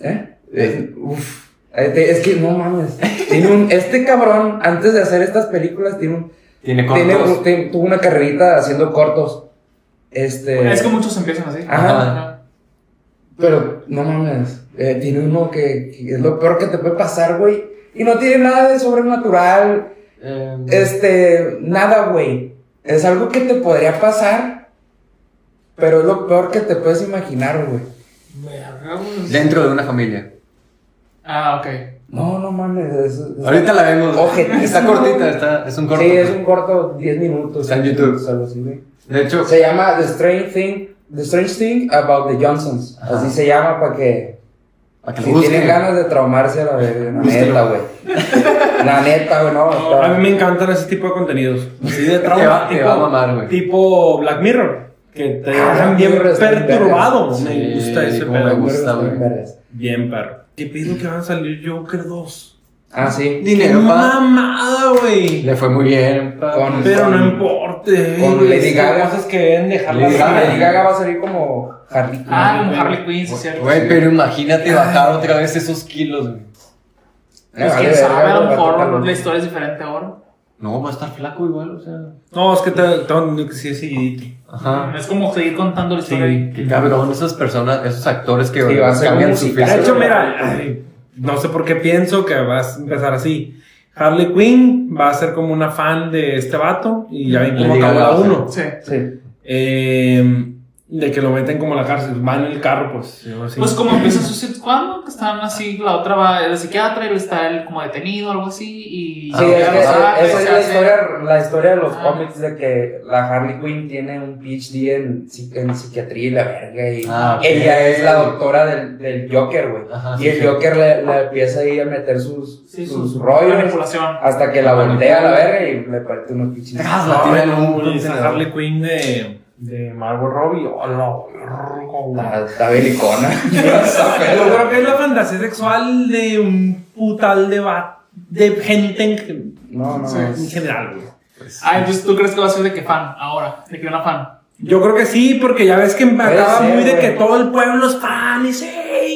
Speaker 3: ¿eh? Eh, uf. Este, es que no mames. Tiene un, este cabrón, antes de hacer estas películas, tiene un,
Speaker 1: Tiene
Speaker 3: tiene
Speaker 1: cortos.
Speaker 3: un- tiene- tuvo una carrerita haciendo cortos. Este.
Speaker 4: Es que muchos empiezan así.
Speaker 3: Ajá.
Speaker 4: Ajá.
Speaker 3: Pero no mames. eh, tiene uno que, que es lo peor que te puede pasar, güey. Y no tiene nada de sobrenatural.
Speaker 1: Eh,
Speaker 3: Este, nada, güey. Es algo que te podría pasar, pero es lo peor que te puedes imaginar, güey.
Speaker 4: Verga, güey.
Speaker 1: Dentro de una familia.
Speaker 4: Ah, ok.
Speaker 3: No, no mames. es- es-
Speaker 1: Ahorita la vemos. (laughs)
Speaker 3: Ojetísimo.
Speaker 1: Está cortita, está, es un corto.
Speaker 3: Sí, es un corto 10 minutos.
Speaker 1: Está en
Speaker 3: sí,
Speaker 1: YouTube.
Speaker 3: es algo así, güey.
Speaker 1: De hecho,
Speaker 3: Se llama The Strange Thing, The Strange Thing About the Johnsons.
Speaker 1: Ajá.
Speaker 3: Así se llama para que
Speaker 1: para que lo
Speaker 3: si tienen
Speaker 1: busquen.
Speaker 3: ganas de traumarse a la verga, la
Speaker 1: Búsquelo.
Speaker 3: neta, güey. La neta, güey, no.
Speaker 2: A
Speaker 3: está-
Speaker 2: mí me encantan ese tipo de contenidos. Así de
Speaker 1: Te va-
Speaker 2: trauma.
Speaker 1: te
Speaker 2: tipo-
Speaker 1: va a mamar, güey.
Speaker 2: Tipo Black Mirror. Que te
Speaker 3: Ah,
Speaker 2: dejan bien
Speaker 3: Mirror está bien
Speaker 2: perturbado. Me
Speaker 1: Sí,
Speaker 2: gusta ese
Speaker 1: como
Speaker 2: pedo.
Speaker 1: me gusta, güey.
Speaker 3: vergas.
Speaker 2: Bien, perro. ¿Qué pido que van a salir Joker 2?
Speaker 3: Ah, sí.
Speaker 1: Dinero,
Speaker 2: ¡Qué
Speaker 1: pa.
Speaker 2: mamada, güey!
Speaker 1: Le fue muy bien, pa.
Speaker 3: Con-
Speaker 2: Pero no importa.
Speaker 3: con
Speaker 2: güey,
Speaker 3: Lady
Speaker 2: son
Speaker 3: Gaga.
Speaker 2: cosas que deben dejarlas.
Speaker 1: Lady Gaga.
Speaker 3: Lady Gaga va a salir como Harley Quinn.
Speaker 4: Ah, como Harley Quinn, sí, cierto.
Speaker 1: Güey, pero imagínate bajar otra vez esos kilos, güey.
Speaker 3: Me
Speaker 4: Pues
Speaker 3: Eh, vale
Speaker 4: quién sabe,
Speaker 3: verga,
Speaker 4: a lo
Speaker 3: güey, va
Speaker 4: mejor
Speaker 3: tocar-
Speaker 4: la historia es diferente ahora.
Speaker 1: No, va a estar flaco igual, o sea.
Speaker 2: No, es que te, tengo que sí, sí.
Speaker 3: Ah.
Speaker 1: Ajá.
Speaker 4: Es como seguir contando la historia.
Speaker 2: Sí.
Speaker 4: ahí.
Speaker 1: Qué cabrón, esas personas, esos actores que
Speaker 3: Sí, va a ser
Speaker 1: cambian su
Speaker 3: musical.
Speaker 2: De hecho,
Speaker 1: físico.
Speaker 2: mira, ay, no sé por qué pienso que vas a empezar así. Harley Quinn va a ser como una fan de este vato y ya ven
Speaker 1: Le
Speaker 2: cómo
Speaker 1: diga
Speaker 2: acabó
Speaker 1: la
Speaker 2: la
Speaker 1: otra.
Speaker 2: uno.
Speaker 4: Sí.
Speaker 3: Sí.
Speaker 2: Eh, de que lo meten como a la cárcel, va en el carro, pues. yo así.
Speaker 4: Pues como empieza Suicide Squad, ¿no? que están así, la otra va el psiquiatra y él está él como detenido, algo así, y...
Speaker 1: Ah,
Speaker 3: Sí,
Speaker 1: ok.
Speaker 3: es que
Speaker 4: Ah,
Speaker 3: esa esa
Speaker 4: se
Speaker 3: es la
Speaker 4: hace-
Speaker 3: historia, la historia de los
Speaker 4: Ah.
Speaker 3: cómics de que la Harley Quinn tiene un PhD en, psi- en psiquiatría y la verga. Y
Speaker 1: Ah, ok.
Speaker 3: ella es la doctora del, del Joker, güey.
Speaker 1: Ajá,
Speaker 3: Y
Speaker 1: sí,
Speaker 3: el
Speaker 1: sí.
Speaker 3: Joker le, le empieza ahí a meter sus,
Speaker 4: Sí,
Speaker 3: sus,
Speaker 4: su
Speaker 3: rollos
Speaker 4: manipulación.
Speaker 3: hasta que la voltea a la verga y le parte unos pinches.
Speaker 1: Ah, la
Speaker 2: No,
Speaker 1: tira en
Speaker 2: no,
Speaker 1: un
Speaker 2: y esa
Speaker 1: contenedor.
Speaker 2: Harley Quinn de, de Margot Robbie. Oh, no.
Speaker 3: Está, está belicona. Está
Speaker 2: Yo creo
Speaker 3: pedo.
Speaker 2: que es la fantasía sexual de un putal de, va- de gente en, gen-
Speaker 3: No, pues, no.
Speaker 2: en general, güey.
Speaker 4: Ah, entonces tú crees que va a ser de que fan, ahora, de que una fan.
Speaker 2: Yo creo que sí, porque ya ves que
Speaker 3: Puede
Speaker 2: acaba
Speaker 3: ser,
Speaker 2: muy de que
Speaker 3: güey.
Speaker 2: todo el pueblo es fan y sí,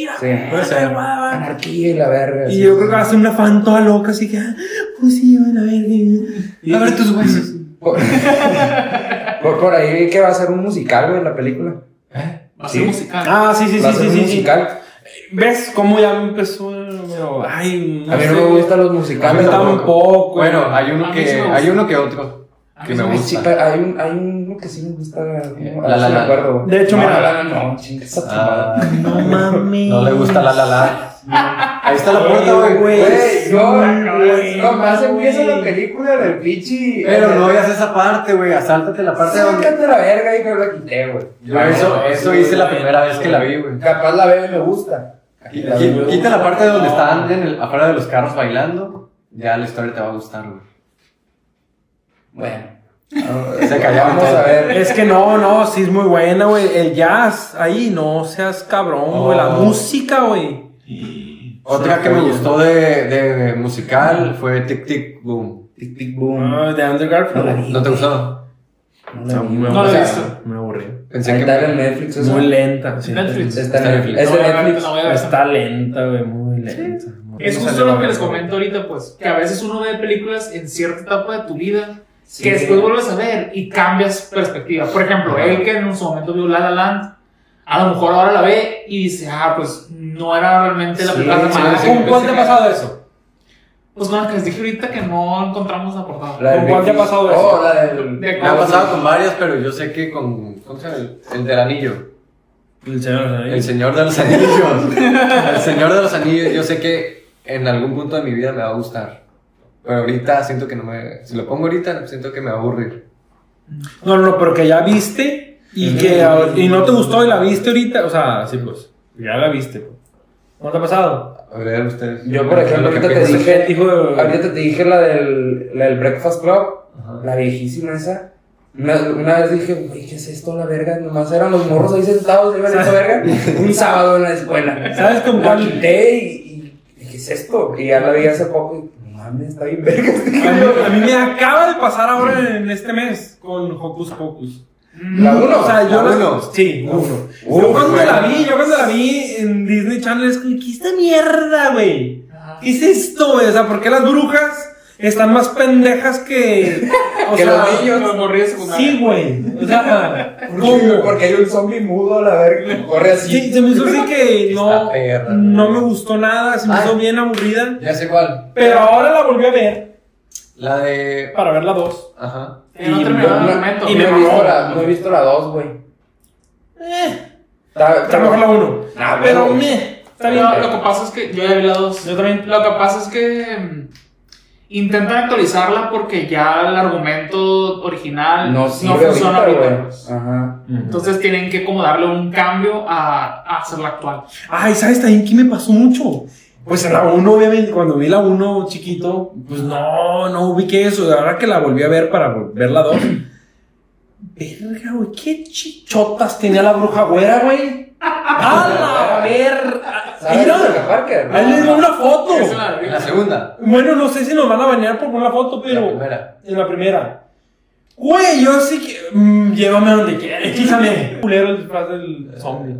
Speaker 2: la-
Speaker 3: Sí.
Speaker 2: Puede ser. Y
Speaker 3: Anarquía y la verga. sí.
Speaker 2: yo creo que va a ser una fan toda loca, así que, ah, pues sí, a la verga. A ver tus (clears throat) huesos.
Speaker 3: Por, por- (laughs) por ahí vi que va a ser un musical, güey, la película.
Speaker 4: Va a
Speaker 3: Sí.
Speaker 4: ser musical.
Speaker 2: Ah, sí, sí,
Speaker 3: va a
Speaker 2: sí, sí,
Speaker 3: ser un
Speaker 2: sí, sí.
Speaker 3: musical.
Speaker 2: ¿Ves cómo ya empezó? Pero, ay, no
Speaker 3: A mí no
Speaker 2: sé.
Speaker 3: me gustan los
Speaker 2: A mí
Speaker 3: musicales.
Speaker 1: tampoco.
Speaker 3: güey.
Speaker 2: tampoco.
Speaker 1: Bueno, hay
Speaker 4: A
Speaker 1: uno
Speaker 4: mí
Speaker 1: que,
Speaker 4: sí me gusta.
Speaker 1: hay uno que otro
Speaker 4: A mí
Speaker 1: que
Speaker 4: sí
Speaker 1: me
Speaker 4: me
Speaker 3: Hay
Speaker 1: gusta.
Speaker 3: musical- hay, un, hay uno que sí me gusta.
Speaker 1: Eh,
Speaker 3: no,
Speaker 1: La La
Speaker 3: sí me
Speaker 1: Land.
Speaker 3: acuerdo, güey.
Speaker 2: De hecho,
Speaker 3: No,
Speaker 2: mira.
Speaker 3: La La Land no, chingas a tu
Speaker 1: Ah,
Speaker 3: madre.
Speaker 2: No mames.
Speaker 1: no le gusta la la la. Ahí está la puerta, güey.
Speaker 2: Ay,
Speaker 3: Güey,
Speaker 2: güey,
Speaker 3: yo. Nomás
Speaker 2: güey.
Speaker 3: empieza la película del pichi.
Speaker 1: Pero no veas esa parte, güey. Asáltate la parte donde.
Speaker 3: Sácate la verga y que la quité, güey.
Speaker 1: Yo eso, eso hice la primera vez que la vi, güey.
Speaker 3: Capaz la veo y me gusta.
Speaker 1: Qui- qui- Quita la parte donde están en el- afuera de los carros bailando. Ya la historia te va a gustar, güey.
Speaker 3: Bueno.
Speaker 1: Se callaron
Speaker 3: Vamos a
Speaker 1: todos.
Speaker 3: ver.
Speaker 2: Es que no, no, sí es muy buena, güey. El jazz, ahí, no seas cabrón, güey. La
Speaker 1: Oh.
Speaker 2: música, güey.
Speaker 1: Otra que me gustó de, de musical fue Tic Tic Boom.
Speaker 3: Tic, tic, boom.
Speaker 2: Ah, de Andrew
Speaker 3: No la vi.
Speaker 2: Garfield.
Speaker 1: ¿No te gustó?
Speaker 3: No la vi.
Speaker 4: No la he
Speaker 3: O sea,
Speaker 4: visto.
Speaker 2: Me aburrió.
Speaker 1: Pensé
Speaker 3: Ahí
Speaker 1: que.
Speaker 3: está en Netflix. o sea,
Speaker 2: Muy lenta. sí.
Speaker 4: Netflix.
Speaker 3: Está
Speaker 1: Está en
Speaker 3: en Netflix. Es
Speaker 4: No,
Speaker 3: de
Speaker 4: voy a ver,
Speaker 3: Netflix.
Speaker 4: la voy a ver.
Speaker 2: Está lenta, güey, muy lenta.
Speaker 4: Es
Speaker 2: No
Speaker 4: justo
Speaker 2: salió
Speaker 4: lo
Speaker 2: la
Speaker 4: que les
Speaker 2: verga.
Speaker 4: comento ahorita, pues, que a veces uno ve películas en cierta etapa de tu vida
Speaker 3: Sí.
Speaker 4: que después vuelves a ver y cambias perspectiva. Por ejemplo,
Speaker 1: Ajá.
Speaker 4: él que en su momento vio La La Land, a lo mejor ahora la ve y dice, ah, pues no era realmente la
Speaker 3: Sí,
Speaker 4: película tan
Speaker 3: sí,
Speaker 4: mala.
Speaker 1: sí.
Speaker 2: ¿Con cuál te ha pasado eso?
Speaker 4: Pues con la que les dije ahorita que no encontramos la portada.
Speaker 3: La del
Speaker 2: ¿Con cuál te ha
Speaker 3: Netflix.
Speaker 2: pasado eso?
Speaker 3: Oh, la del.
Speaker 4: De-
Speaker 1: Me ha pasado con varias, pero yo sé que con. ¿Cómo se llama? El, el del anillo.
Speaker 2: El señor de los
Speaker 1: El
Speaker 2: Anillos.
Speaker 1: señor de los anillos. El señor de los anillos, yo sé que en algún punto de mi vida me va a gustar. Pero ahorita siento que no me. Si lo pongo ahorita, siento que me va a aburrir.
Speaker 2: No, no, no, pero que ya viste y que ahor- y no te gustó y la viste ahorita. O sea, sí, pues. Ya la viste. pues. ¿Cómo te ha pasado?
Speaker 1: A ver, ustedes.
Speaker 3: Yo, por ejemplo,
Speaker 1: Lo que
Speaker 3: ahorita te
Speaker 1: piensan.
Speaker 3: dije.
Speaker 2: Hijo de-
Speaker 3: Ahorita te dije la del, la del Breakfast Club.
Speaker 1: Ajá.
Speaker 3: La viejísima esa. Una, una vez dije, güey, ¿qué es esto? La verga. Nomás eran los morros ahí sentados, iban a esa verga. Un sábado en la escuela.
Speaker 2: ¿Sabes con
Speaker 3: La
Speaker 2: cuál?
Speaker 3: quité y, y dije, ¿qué es esto? Y ya la vi hace poco y, no mames, está bien verga.
Speaker 2: (laughs) A mí, a mí me acaba de pasar ahora en este mes con Hocus Pocus.
Speaker 4: Mm,
Speaker 3: La uno.
Speaker 2: O sea, yo
Speaker 1: ¿La
Speaker 2: la-
Speaker 1: uno?
Speaker 2: Sí, la
Speaker 3: Uf.
Speaker 2: uno.
Speaker 1: Uf,
Speaker 2: yo cuando
Speaker 1: güey.
Speaker 2: la vi, yo cuando la vi en Disney Channel es como, ¿qué esta mierda, güey?
Speaker 4: Ajá.
Speaker 2: ¿Qué es esto, güey? O sea, ¿por qué las brujas están más
Speaker 1: (laughs)
Speaker 2: pendejas que. O
Speaker 3: Que
Speaker 2: sea,
Speaker 3: los niños.
Speaker 4: Los morrí de secundaria.
Speaker 2: Sí, güey. O sea,
Speaker 3: Sí, güey,
Speaker 2: ¿cómo?
Speaker 3: Porque hay un zombie mudo a la verga que corre así.
Speaker 2: Sí, se me hizo así que no,
Speaker 1: Está perra,
Speaker 2: no
Speaker 1: güey.
Speaker 2: me gustó nada, se me
Speaker 1: Ay.
Speaker 2: hizo bien aburrida.
Speaker 1: Ya sé cuál.
Speaker 2: Pero ahora la volví a ver
Speaker 1: La de.
Speaker 2: para ver la 2.
Speaker 1: Ajá.
Speaker 4: En otro
Speaker 2: Y
Speaker 3: Yo
Speaker 4: terminaba el momento.
Speaker 3: no, y no, he visto la, no he visto la 2, güey.
Speaker 1: Eh.
Speaker 3: Está,
Speaker 2: Está mejor la 1.
Speaker 3: Ah,
Speaker 2: pero
Speaker 3: bueno.
Speaker 2: me. Está bien.
Speaker 4: No, lo que pasa es que yo ya vi la 2.
Speaker 2: Yo también.
Speaker 4: Lo que pasa es que mm, intentan actualizarla porque ya el argumento original
Speaker 3: No,
Speaker 4: no,
Speaker 3: sirve
Speaker 4: funciona
Speaker 3: ahorita,
Speaker 4: ahorita.
Speaker 3: güey. Ajá.
Speaker 4: Entonces tienen que como darle un cambio a, a hacerla actual.
Speaker 2: Ay, ¿sabes también qué me pasó mucho? Pues en la 1, obviamente, cuando vi la 1 chiquito, pues no, no ubiqué eso. Ahora que la volví a ver para vol- ver la 2. Verga, güey, qué chichotas tenía la bruja güera, güey. ¡A la verga!
Speaker 3: ¿Sabes Jessica
Speaker 2: Mira,
Speaker 3: Parker?
Speaker 2: ahí les dio una foto.
Speaker 4: Esa la vi.
Speaker 1: En la segunda.
Speaker 2: Bueno, no sé si nos van a banear por una foto, pero.
Speaker 1: La primera.
Speaker 2: En la primera. Güey, yo sí que. mm, llévame a donde quieras. Quítame. Culero el disfraz del zombie.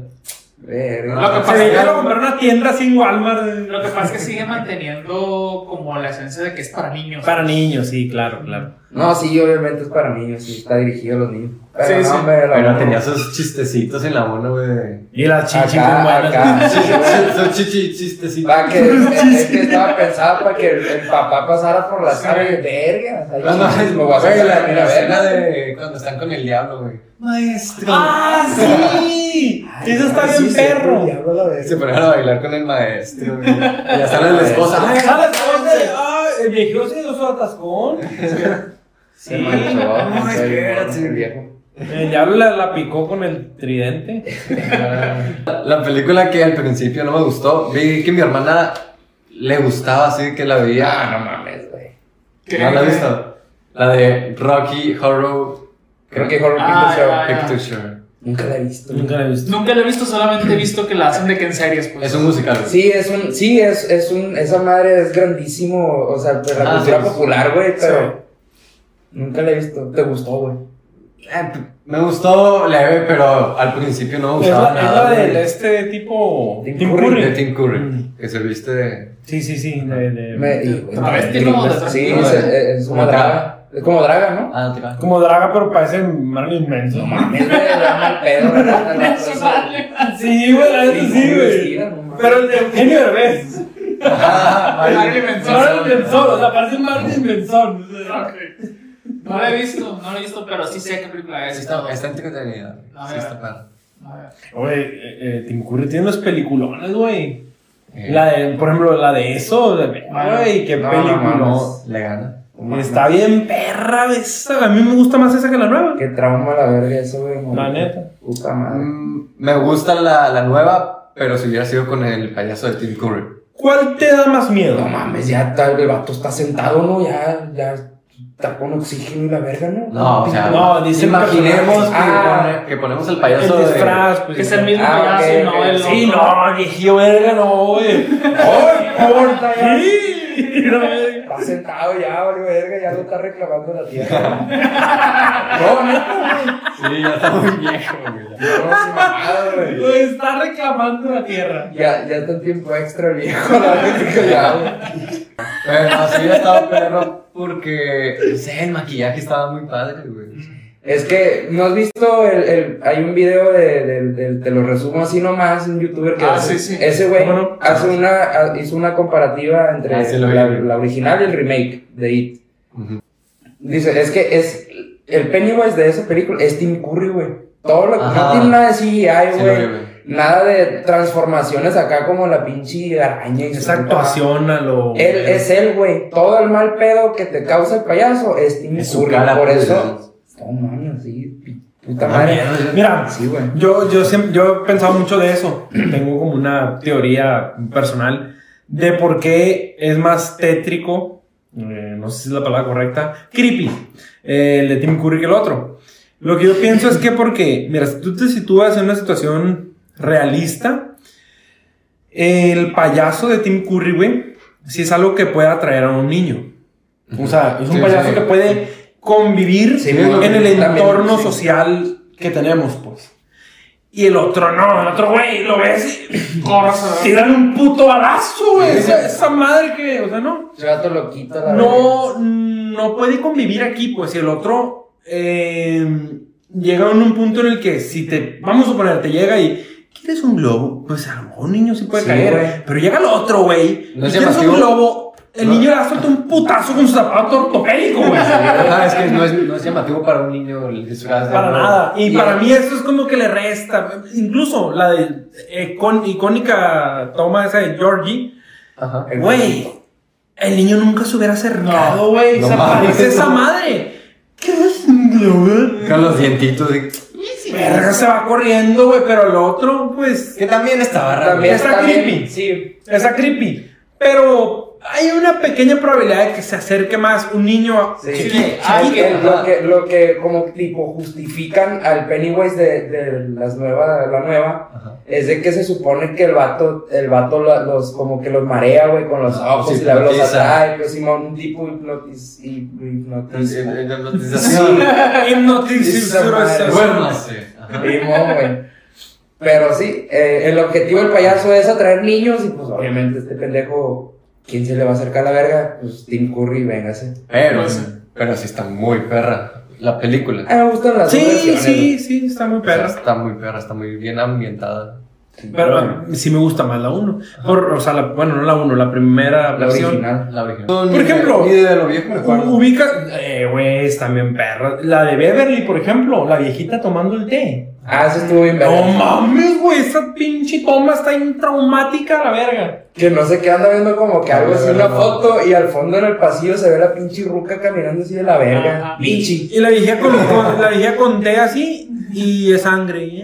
Speaker 3: Verga.
Speaker 4: Lo que
Speaker 2: Se
Speaker 4: pasa
Speaker 2: veía
Speaker 4: es
Speaker 2: que lo
Speaker 4: que-
Speaker 2: compró una tienda sin Walmart. eh,
Speaker 4: Lo que pasa es que sigue manteniendo como la esencia de que es para niños.
Speaker 2: Para niños, sí, claro, claro.
Speaker 3: No, sí, obviamente es para niños, sí, está dirigido a los niños. Pero
Speaker 4: Sí,
Speaker 3: no,
Speaker 4: sí.
Speaker 3: hombre, la
Speaker 1: Pero
Speaker 3: uno-
Speaker 1: tenía sus chistecitos en la mano, güey.
Speaker 2: Y las chichis
Speaker 3: Acá,
Speaker 2: bien buenas.
Speaker 3: acá.
Speaker 1: (laughs) Sí, Sus chichi- chistecitos.
Speaker 3: Para
Speaker 1: (laughs)
Speaker 3: que, es que estaba pensada para que el, el papá pasara por la sala de vergas. ahí,
Speaker 1: No, no, es
Speaker 3: lo voy a hacer
Speaker 1: güey, la,
Speaker 3: la-
Speaker 1: la
Speaker 3: la
Speaker 1: escena
Speaker 3: verga.
Speaker 1: de cuando están con el diablo, güey. Maestro.
Speaker 2: ¡Ah, sí! Eso está
Speaker 3: Ay,
Speaker 2: bien
Speaker 3: sí,
Speaker 2: perro.
Speaker 3: sí, diablo, la verga.
Speaker 1: Se ponieron a bailar con el maestro, güey. Y ya están la esposa.
Speaker 2: Ah,
Speaker 1: "Ay,
Speaker 2: ¿Sabes dónde? Ah, el viejo se dio su atascón.
Speaker 3: Se manchó,
Speaker 1: Ay,
Speaker 3: manchó el
Speaker 1: espérate.
Speaker 3: el viejo.
Speaker 2: El diablo la, la picó con el (laughs) tridente. Ah,
Speaker 1: La película que al principio no me gustó, vi que mi hermana le gustaba así que la
Speaker 3: Ah,
Speaker 1: veía.
Speaker 3: no mames, güey.
Speaker 4: Que-
Speaker 1: ¿No la has visto? La de Rocky Horror.
Speaker 3: Creo que Horror
Speaker 4: Ah,
Speaker 3: Picture Show.
Speaker 4: ya, ya.
Speaker 1: Picture.
Speaker 3: Nunca la he visto.
Speaker 2: Nunca la he visto.
Speaker 4: Nunca la he visto, solamente he visto que la hacen de que en series, pues.
Speaker 1: Es un musical. güey.
Speaker 3: Sí, es un, sí, es, es un, esa madre es grandísimo, o sea, pues la
Speaker 1: Ah,
Speaker 3: cultura
Speaker 1: sí, sí.
Speaker 3: popular, güey, pero nunca la he visto. ¿Te gustó, güey?
Speaker 1: Eh, p- Me gustó leve, pero al principio no me
Speaker 2: Es
Speaker 1: gustaba
Speaker 2: la, es
Speaker 1: nada.
Speaker 2: la
Speaker 1: güey.
Speaker 2: del este tipo.
Speaker 3: Tim
Speaker 2: Tim
Speaker 3: Curry.
Speaker 2: Curry.
Speaker 1: De Tim Curry,
Speaker 2: Mm.
Speaker 1: que se viste de...
Speaker 2: Sí, sí, sí. De, de-
Speaker 3: Me, y,
Speaker 4: Travesti, ¿no? De
Speaker 3: Sí,
Speaker 1: travesti.
Speaker 3: es, es- es
Speaker 1: Como
Speaker 3: una
Speaker 1: draga.
Speaker 3: draga. Es como draga, ¿no?
Speaker 1: Ah, te va.
Speaker 2: Como draga, pero parece Marilyn Manson.
Speaker 3: Es de draga mal pedo, ¿verdad? No, no,
Speaker 4: Sí, (laughs)
Speaker 3: no.
Speaker 4: vale.
Speaker 2: Sí, güey, la neta sí, güey.
Speaker 3: Vestida, no mames.
Speaker 2: Pero el de Eugenio Derbez.
Speaker 1: Ah,
Speaker 4: Marilyn Manson.
Speaker 2: Marilyn Manson, o sea, parece Marilyn Manson.
Speaker 4: Ok. No la he visto, no la he visto, pero sí sé qué película es.
Speaker 1: Sí
Speaker 4: y
Speaker 1: Está,
Speaker 4: todo.
Speaker 1: está entretenida.
Speaker 4: A
Speaker 1: Sí,
Speaker 4: ver.
Speaker 1: está padre.
Speaker 4: A ver.
Speaker 2: Oye, eh, eh, Tim Curry tiene unos peliculones, güey.
Speaker 1: Eh,
Speaker 2: La de, por ejemplo, la de eso, de- güey, qué
Speaker 3: No,
Speaker 2: película.
Speaker 3: no
Speaker 1: Le gana.
Speaker 2: Está bien perra esa. A mí me gusta más esa que la nueva.
Speaker 3: Qué trauma la verga eso, güey.
Speaker 2: La
Speaker 3: güey.
Speaker 2: neta.
Speaker 3: Puta madre.
Speaker 1: Mm, Me gusta la, la nueva, pero si hubiera sido con el payaso de Tim Curry.
Speaker 2: ¿Cuál te da más miedo?
Speaker 3: No mames, ya está, el vato está sentado, ¿no? Ya, ya está con oxígeno y la verga, ¿no?
Speaker 1: No, o sea,
Speaker 2: No, dice el
Speaker 1: imaginemos que,
Speaker 3: personaje. Ah.
Speaker 1: pone- que ponemos el
Speaker 2: El
Speaker 1: payaso de...
Speaker 2: disfraz, pues.
Speaker 4: Que es el mismo
Speaker 3: Ah,
Speaker 4: payaso
Speaker 3: ok,
Speaker 4: y no
Speaker 3: ok.
Speaker 4: el
Speaker 2: Sí,
Speaker 4: otro.
Speaker 2: no, viejillo verga, no, güey.
Speaker 1: (laughs)
Speaker 2: ¡Ay, por qué! No, verga.
Speaker 3: Está sentado ya, vale verga, ya lo está reclamando la tierra. no, neta, güey.
Speaker 1: Sí, ya está muy viejo, güey.
Speaker 3: No, sí, mamada, güey.
Speaker 2: Lo está reclamando la tierra.
Speaker 3: Ya, ya está en tiempo extra, el viejo. (laughs) La verga, ya, güey.
Speaker 1: Bueno, sí, ya estaba perro porque, no sé, el maquillaje estaba muy padre, güey.
Speaker 3: Es que, ¿no has visto? El, el- hay un video de, del- del- te lo resumo así nomás, un youtuber que
Speaker 4: Ah,
Speaker 3: hace-
Speaker 4: sí, sí.
Speaker 3: ese güey
Speaker 2: ¿Cómo no?
Speaker 3: hace una, ha- hizo una comparativa entre
Speaker 1: Ah, sí, lo vi.
Speaker 3: la, la original y el remake de It.
Speaker 1: Ujú.
Speaker 3: Dice, es que es el Pennywise de esa película es Tim Curry, güey. Todo lo que no
Speaker 1: Ajá.
Speaker 3: tiene nada de CGI,
Speaker 1: Sí, lo vi,
Speaker 3: güey.
Speaker 1: güey.
Speaker 3: nada de transformaciones acá como la pinche araña y su
Speaker 2: Esa
Speaker 3: puta
Speaker 2: actuación a lo.
Speaker 3: madre. Él es él, güey. Todo el mal pedo que te causa el payaso es Tim
Speaker 1: Es su
Speaker 3: Curry.
Speaker 1: cara,
Speaker 3: por
Speaker 1: pues,
Speaker 3: eso. No mames, sí. pi- Puta
Speaker 1: Ah,
Speaker 3: madre.
Speaker 1: mierda.
Speaker 2: Mira,
Speaker 3: Sí, güey.
Speaker 2: Yo, yo, siempre, yo he pensado mucho de
Speaker 1: (clears throat)
Speaker 2: eso. Tengo como una teoría personal de por qué es más tétrico, eh, no sé si es la palabra correcta, creepy, eh, el de Tim Curry que el otro. Lo que yo pienso es que porque, mira, si tú te sitúas en una situación realista, el payaso de Tim Curry, güey, sí es algo que puede atraer a un niño. O sea, es un
Speaker 1: Sí,
Speaker 2: payaso
Speaker 1: sí.
Speaker 2: que puede convivir
Speaker 3: Sí,
Speaker 2: en el
Speaker 3: también,
Speaker 2: entorno
Speaker 3: sí.
Speaker 2: social que tenemos, pues. Y el otro no, el otro güey, lo ves y
Speaker 4: Corres,
Speaker 2: tiran un puto balazo, güey. Esa, esa madre que, o sea, no.
Speaker 3: Ese vato lo quita la verga.
Speaker 2: No, no puede convivir aquí, pues. Y el otro eh, llega en un punto en el que si te, vamos a suponer, te llega y quieres un globo, pues a lo mejor un niño sí puede
Speaker 3: Sí,
Speaker 2: caer.
Speaker 3: güey.
Speaker 2: Pero llega el otro, güey.
Speaker 1: No
Speaker 2: y
Speaker 1: es
Speaker 2: quieres un
Speaker 1: llamativo.
Speaker 2: globo, el
Speaker 1: No.
Speaker 2: niño le suelta un putazo con su zapato ortopédico, güey.
Speaker 1: Ah, es que no es, no es llamativo para un niño el disfraz de...
Speaker 2: Para nada. Y
Speaker 3: Y-
Speaker 2: para mí eso es como que le resta. Incluso la de eh, con- icónica toma esa de Georgie.
Speaker 1: Ajá.
Speaker 3: El
Speaker 2: Güey, el niño nunca se hubiera acercado, güey.
Speaker 1: No
Speaker 2: se
Speaker 1: mames.
Speaker 2: aparece esa madre. ¿Qué es un globo?
Speaker 1: Con los dientitos y...
Speaker 2: Verga, se va corriendo, güey. Pero el otro, pues,
Speaker 1: Que también estaba raro.
Speaker 3: También
Speaker 2: Está
Speaker 3: está bien,
Speaker 2: creepy.
Speaker 3: Sí.
Speaker 2: está creepy. Pero hay una pequeña probabilidad de que se acerque más un niño a-
Speaker 3: Sí.
Speaker 2: chiqui-
Speaker 4: Sí.
Speaker 2: chiquito.
Speaker 4: Ay,
Speaker 3: Que
Speaker 1: Ajá.
Speaker 3: lo, que, lo que como tipo justifican al Pennywise de, de las nuevas, la nueva,
Speaker 1: Ajá.
Speaker 3: es de que se supone que el vato, el vato la- los, como que los marea, güey, con los
Speaker 1: Ah,
Speaker 3: ojos
Speaker 1: sí,
Speaker 3: y la, los
Speaker 1: hipnotiza.
Speaker 3: atrae, pues Simón, un tipo hipnotis, hip-
Speaker 1: Entonces,
Speaker 3: hipnotismo.
Speaker 1: eh, la hipnotización.
Speaker 2: Hipnoticismo.
Speaker 3: Esa madre.
Speaker 1: Duérmase. Ajá.
Speaker 3: Simón, güey. Pero sí, eh, el objetivo del payaso es atraer niños y pues obviamente este pendejo, ¿quién se le va a acercar a la verga? Pues Tim Curry, véngase.
Speaker 1: Pero,
Speaker 4: Pues-
Speaker 1: pero sí está muy perra la película.
Speaker 3: A mí me gustan las dos
Speaker 2: Sí,
Speaker 3: versiones,
Speaker 2: sí, sí, está muy
Speaker 1: O sea,
Speaker 2: perra.
Speaker 1: está muy perra, está muy bien ambientada.
Speaker 2: Pero ah, sí me gusta más la 1. O sea, la- bueno, no la 1, la primera
Speaker 3: La
Speaker 2: versión.
Speaker 3: original.
Speaker 1: La original. Por
Speaker 2: ejemplo,
Speaker 1: ni de lo viejo me acuerdo.
Speaker 2: U-
Speaker 3: uh,
Speaker 2: Ubica, eh, güey, están bien perras. La de Beverly, por ejemplo, la viejita tomando el té.
Speaker 3: Ah, esa estuvo bien verga.
Speaker 2: No mames, güey, esa pinche toma está bien traumática a la verga.
Speaker 3: Que no sé qué anda viendo como que algo así, una
Speaker 1: No.
Speaker 3: foto y al fondo en el pasillo se ve la pinche ruca caminando así de la verga.
Speaker 4: Ajá.
Speaker 3: Pinche.
Speaker 2: Y la viejita con, con- la viejita con té así y es sangre. eh.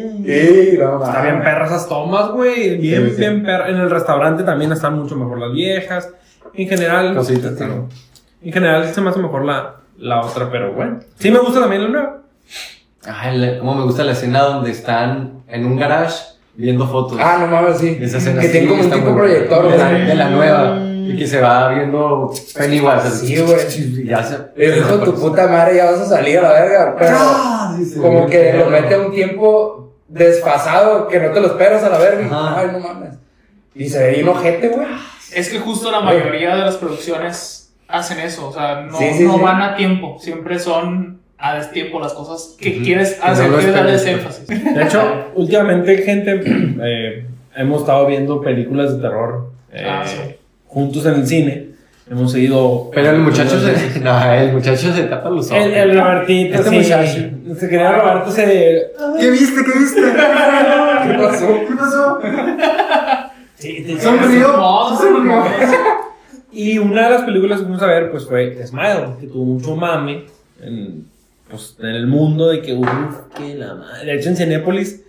Speaker 3: Sí, no,
Speaker 2: Está
Speaker 3: mames.
Speaker 2: bien perras esas tomas, güey. Bien,
Speaker 1: ah. Sí, sí.
Speaker 2: bien perra. En el restaurante también están mucho mejor las viejas. En general.
Speaker 1: Cositas,
Speaker 2: este,
Speaker 1: ¿no?
Speaker 2: En general se me hace mejor la, la otra, pero bueno. Sí me gusta también la nueva.
Speaker 1: Ay, la- cómo me gusta la escena donde están en un garage viendo fotos.
Speaker 3: Ah, no mames, sí.
Speaker 1: Esa escena
Speaker 3: Que
Speaker 1: sí
Speaker 3: tienen como un
Speaker 1: está
Speaker 3: tipo
Speaker 1: muy
Speaker 3: proyector,
Speaker 1: buena. de,
Speaker 3: güey. Mm.
Speaker 1: la, de la nueva. Y que se va viendo Pennywise.
Speaker 3: Sí, güey.
Speaker 1: Y Ya se.
Speaker 3: Le dijo tu puta madre, ya vas a salir a la verga. Pero
Speaker 1: Ah, sí, sí.
Speaker 3: como que lo mete a un tiempo desfasado, que no te lo esperas a la verga.
Speaker 1: Ajá.
Speaker 3: Ay, no mames. Y se ve bien ojete, güey. (laughs)
Speaker 4: Es que justo la mayoría de las producciones hacen eso, o sea, no,
Speaker 3: Sí, sí,
Speaker 4: no
Speaker 3: sí.
Speaker 4: van a tiempo, siempre son a destiempo las cosas que
Speaker 1: Ujú.
Speaker 4: quieres
Speaker 1: Que no
Speaker 4: hacer,
Speaker 1: lo
Speaker 4: quieres darles
Speaker 1: esperes.
Speaker 4: énfasis.
Speaker 2: De
Speaker 4: (laughs)
Speaker 2: hecho, últimamente, gente, (clears throat) eh, hemos estado viendo películas de terror eh,
Speaker 4: Ah, sí.
Speaker 2: juntos en el cine. Hemos seguido.
Speaker 1: Pero el muchacho se. (laughs) No, el muchacho se tapa (laughs) los ojos.
Speaker 2: El, el Robertito,
Speaker 3: Este
Speaker 2: sí.
Speaker 3: muchacho.
Speaker 2: Se
Speaker 4: Ah.
Speaker 2: quería Roberto, se.
Speaker 1: ¿Qué viste? ¿Qué viste?
Speaker 3: ¿Qué pasó?
Speaker 1: ¿Qué pasó?
Speaker 4: No, no,
Speaker 2: Y una de las películas que fuimos a ver, pues fue Smile, que tuvo mucho mame en, pues, en el mundo de que, uff, que la madre. De hecho, en Cinépolis,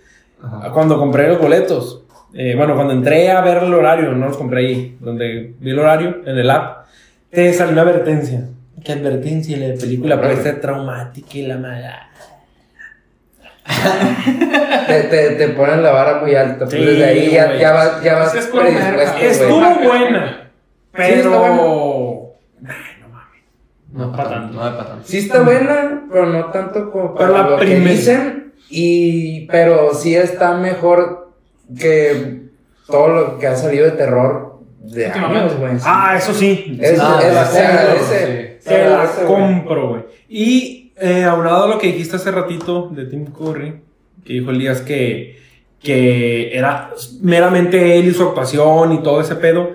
Speaker 2: cuando compré los boletos, eh, bueno, cuando entré a ver el horario, no los compré ahí, donde vi el horario, en el app, te salió una advertencia. Que advertencia, la película puede ser traumática y la madre.
Speaker 3: Te, te, te ponen la vara muy alta. Pues
Speaker 2: Sí,
Speaker 3: desde ahí ya,
Speaker 2: güey.
Speaker 3: ya vas, ya vas
Speaker 4: Es que es pura merca.
Speaker 3: predispuesto, Ah, güey.
Speaker 2: Estuvo buena,
Speaker 3: está
Speaker 2: pero. Ay, no mames.
Speaker 1: No, para tanto. No, para tanto.
Speaker 3: Sí está buena, pero no tanto como para
Speaker 2: Pero la
Speaker 3: lo que
Speaker 2: primera.
Speaker 3: dicen. Y, pero sí está mejor que todo lo que ha salido de terror de años, güey.
Speaker 2: Ah, eso sí.
Speaker 3: Es-
Speaker 1: Ah,
Speaker 3: es-
Speaker 1: la
Speaker 3: se
Speaker 1: compro,
Speaker 3: agradece.
Speaker 2: Se la
Speaker 3: agradece, güey.
Speaker 2: compro, güey. Y eh, aunado a lo que dijiste hace ratito de Tim Curry, que dijo Elías que, que era meramente él y su actuación y todo ese pedo,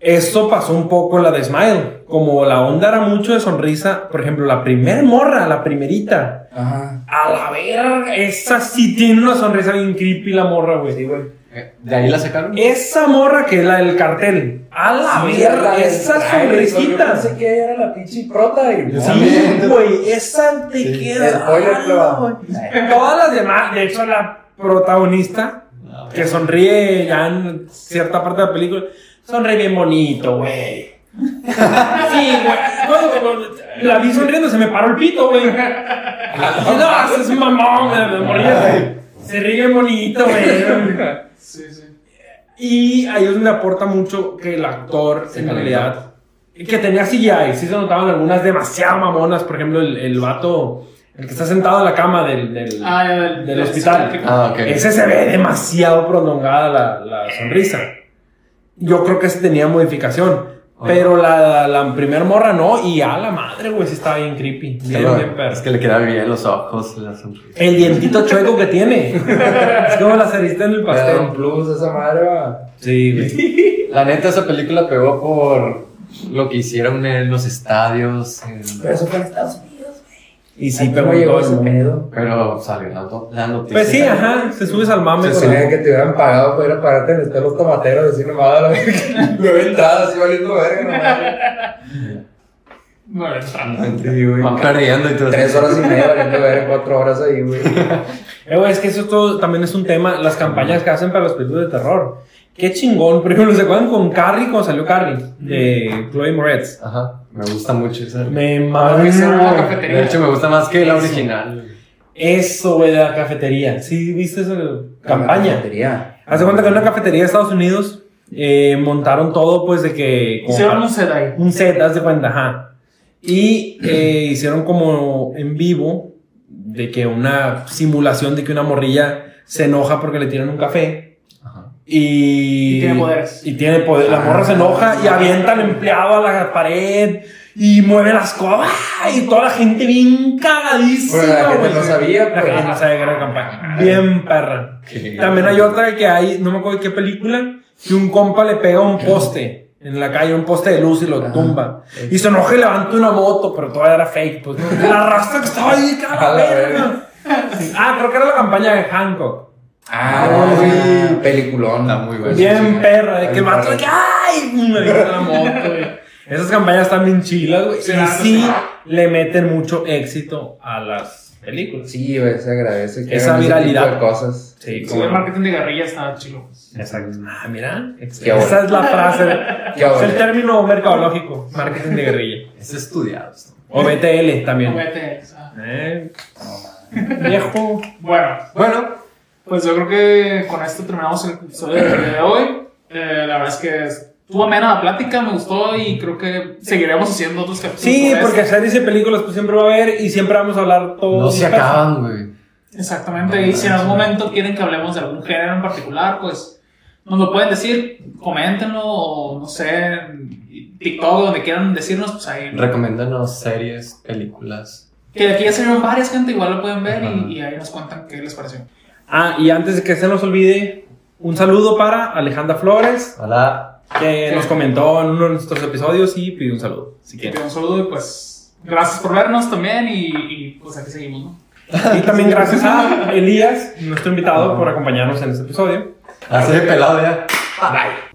Speaker 2: eso pasó un poco en la de Smile. Como la onda era mucho de sonrisa, por ejemplo, la primer morra, la primerita,
Speaker 3: Ajá.
Speaker 2: a la verga, esa sí tiene una sonrisa bien creepy la morra, güey.
Speaker 3: Sí, güey.
Speaker 1: Eh, ¿De ahí la sacaron?
Speaker 2: Esa morra que es la del cartel, a la
Speaker 3: Sí,
Speaker 2: verga,
Speaker 3: la de-
Speaker 2: esa
Speaker 3: Ay, Ah, güey,
Speaker 2: sonrisita.
Speaker 3: Yo pensé que ella era la pinche prota. Y,
Speaker 1: Yo
Speaker 2: Sí,
Speaker 1: también.
Speaker 2: güey, esa te queda.
Speaker 3: Spoiler,
Speaker 2: Ah,
Speaker 3: plebado.
Speaker 2: güey. Todas las demás, de hecho, la protagonista
Speaker 1: No,
Speaker 2: que sonríe ya en cierta parte de la película, sonríe bien bonito, güey. (laughs) Sí, güey. Cuando La vi sonriendo, se me paró el
Speaker 1: (laughs)
Speaker 2: pito, güey. No, es un mamón, me me morí, güey. Se ríe bien bonito, güey.
Speaker 4: Sí, sí.
Speaker 2: Y ahí es donde aporta mucho que el actor,
Speaker 1: Se
Speaker 2: en
Speaker 1: calentó.
Speaker 2: realidad, que tenía CGI, sí se notaban algunas demasiado mamonas, por ejemplo, el, el vato, el que está sentado en la cama del, del,
Speaker 4: Ah, ya, del-
Speaker 2: del
Speaker 4: del
Speaker 2: hospital.
Speaker 4: hospital.
Speaker 1: Ah, ok.
Speaker 2: Ese se ve demasiado prolongada la, la sonrisa. Yo creo que ese tenía modificación.
Speaker 1: Oye.
Speaker 2: Pero la, la, primer morra no, y a la madre, güey, sí estaba bien creepy.
Speaker 1: Es que
Speaker 2: Bien,
Speaker 1: lo-
Speaker 2: bien perro.
Speaker 1: Es que le quedaban bien los ojos, la sonrisa.
Speaker 2: El dientito chueco que tiene. es como la cerista en el
Speaker 3: Le da un
Speaker 2: pastel.
Speaker 3: plus a esa madre, va.
Speaker 2: Sí, güey.
Speaker 1: La neta, esa película pegó por lo que hicieron en los estadios. en-
Speaker 3: Pero eso fue en Estados Unidos.
Speaker 2: Y sí,
Speaker 3: ¿Cómo
Speaker 2: pero
Speaker 3: llegó ese pedo?
Speaker 1: Pero salió la, no- la noticia.
Speaker 2: Pues sí, ajá, te subes al mame.
Speaker 3: Se
Speaker 2: con
Speaker 3: suponía
Speaker 2: la-
Speaker 3: que te hubieran pagado para ir a pararte en el los tomateros y decir nomás a
Speaker 2: (laughs)
Speaker 3: la verga. Nueve entradas, así valiendo verga, nomás.
Speaker 4: No, entra.
Speaker 1: Van perdiendo y todo
Speaker 3: Tres
Speaker 1: eso.
Speaker 3: horas y media valiendo verga, cuatro horas ahí, güey.
Speaker 2: Eh, güey, es que eso todo, también es un tema, las campañas que hacen para los películas de terror. Qué chingón, por ejemplo, ¿se acuerdan con Carrie cuando salió Carrie? De Chloe Moretz.
Speaker 1: Ajá, me gusta mucho esa.
Speaker 2: Me
Speaker 1: Ah.
Speaker 4: Porque hicieron una
Speaker 2: mamo.
Speaker 4: cafetería.
Speaker 1: De hecho, me gusta más que la original.
Speaker 2: Eso, güey, de la cafetería. ¿Sí viste esa
Speaker 3: La
Speaker 2: campaña?
Speaker 3: cafetería.
Speaker 2: Hace cuenta que en una cafetería de Estados Unidos eh, montaron todo, pues, de que... como
Speaker 4: Hicieron
Speaker 2: para-
Speaker 4: un set ahí.
Speaker 2: un set, haz de cuenta, ajá. Y eh, hicieron como en vivo de que una simulación de que una morrilla se enoja porque le tiran un café.
Speaker 1: Ajá.
Speaker 2: Y,
Speaker 4: Y tiene poderes. Ah.
Speaker 2: Y tiene poder. La morra se enoja y avienta al empleado a la pared y mueve las cosas. Y toda la gente bien cagadísima.
Speaker 3: Bueno, la gente
Speaker 2: güey.
Speaker 3: no sabía,
Speaker 2: La
Speaker 3: pues.
Speaker 2: gente no sabía que era campaña. Bien perra. También hay otra que hay, no me acuerdo de qué película, que un compa le pega un poste en la calle, un poste de luz y lo
Speaker 3: Ajá.
Speaker 2: tumba. Y se enoja y levanta una moto, pero todavía era fake. Pues la raza que estaba ahí, cara,
Speaker 3: A la
Speaker 2: verga. Ah, creo que era la campaña de Hancock.
Speaker 3: Ah,
Speaker 1: Ay.
Speaker 3: peliculón.
Speaker 1: Está muy bueno.
Speaker 2: Bien
Speaker 3: Pues sí, sí.
Speaker 2: perra, de que el
Speaker 3: Bien
Speaker 2: vato de
Speaker 3: perra.
Speaker 2: que ¡ay! Me avienta la moto, güey. Esas campañas están bien chilas, güey.
Speaker 4: Sí,
Speaker 2: y
Speaker 4: la neta,
Speaker 2: sí
Speaker 4: sí.
Speaker 2: le meten mucho éxito a las películas.
Speaker 3: Sí, güey, se agradece. que
Speaker 2: Esa
Speaker 3: hagan ese
Speaker 2: viralidad.
Speaker 3: tipo de cosas.
Speaker 2: Sí,
Speaker 4: Sí, el marketing de guerrilla está chido.
Speaker 2: Exacto. Ah, mira.
Speaker 3: Qué bueno.
Speaker 2: Esa es la frase.
Speaker 3: Qué
Speaker 2: Es el
Speaker 3: bueno.
Speaker 2: término mercadológico, marketing de guerrilla.
Speaker 1: Es estudiado esto.
Speaker 2: O BTL
Speaker 4: No,
Speaker 2: también.
Speaker 4: vete, o sea.
Speaker 2: Eh, viejo.
Speaker 4: Bueno,
Speaker 1: Bueno,
Speaker 4: pues yo creo que con esto terminamos el episodio de hoy. Eh, la verdad es que estuvo amena la plática, me gustó y creo que seguiremos haciendo otros capítulos.
Speaker 2: Sí,
Speaker 4: sobre
Speaker 2: porque
Speaker 4: esto.
Speaker 2: series y películas pues siempre va a haber y siempre vamos a hablar todos.
Speaker 1: no se acaban, güey.
Speaker 4: Exactamente, y si en algún momento quieren que hablemos de algún género en particular, pues nos lo pueden decir, coméntenlo o no sé, en TikTok, donde quieran decirnos, pues ahí.
Speaker 1: Recomiéndanos series, películas.
Speaker 4: Que de aquí ya salieron varias gente, igual lo pueden ver
Speaker 1: Ajá.
Speaker 4: y, y ahí nos cuentan qué les pareció.
Speaker 2: Ah, y antes de que se nos olvide, un saludo para Alejandra Flores,
Speaker 1: Hola.
Speaker 2: que nos comentó en uno de nuestros episodios y pidió un saludo. Si
Speaker 4: Y
Speaker 2: quieren.
Speaker 4: un saludo y pues gracias por vernos también y, y, pues aquí seguimos, ¿no?
Speaker 2: Y (laughs) también gracias Ah. a Elías, nuestro invitado, por acompañarnos en este episodio.
Speaker 1: Así de pelado ya.
Speaker 2: Bye.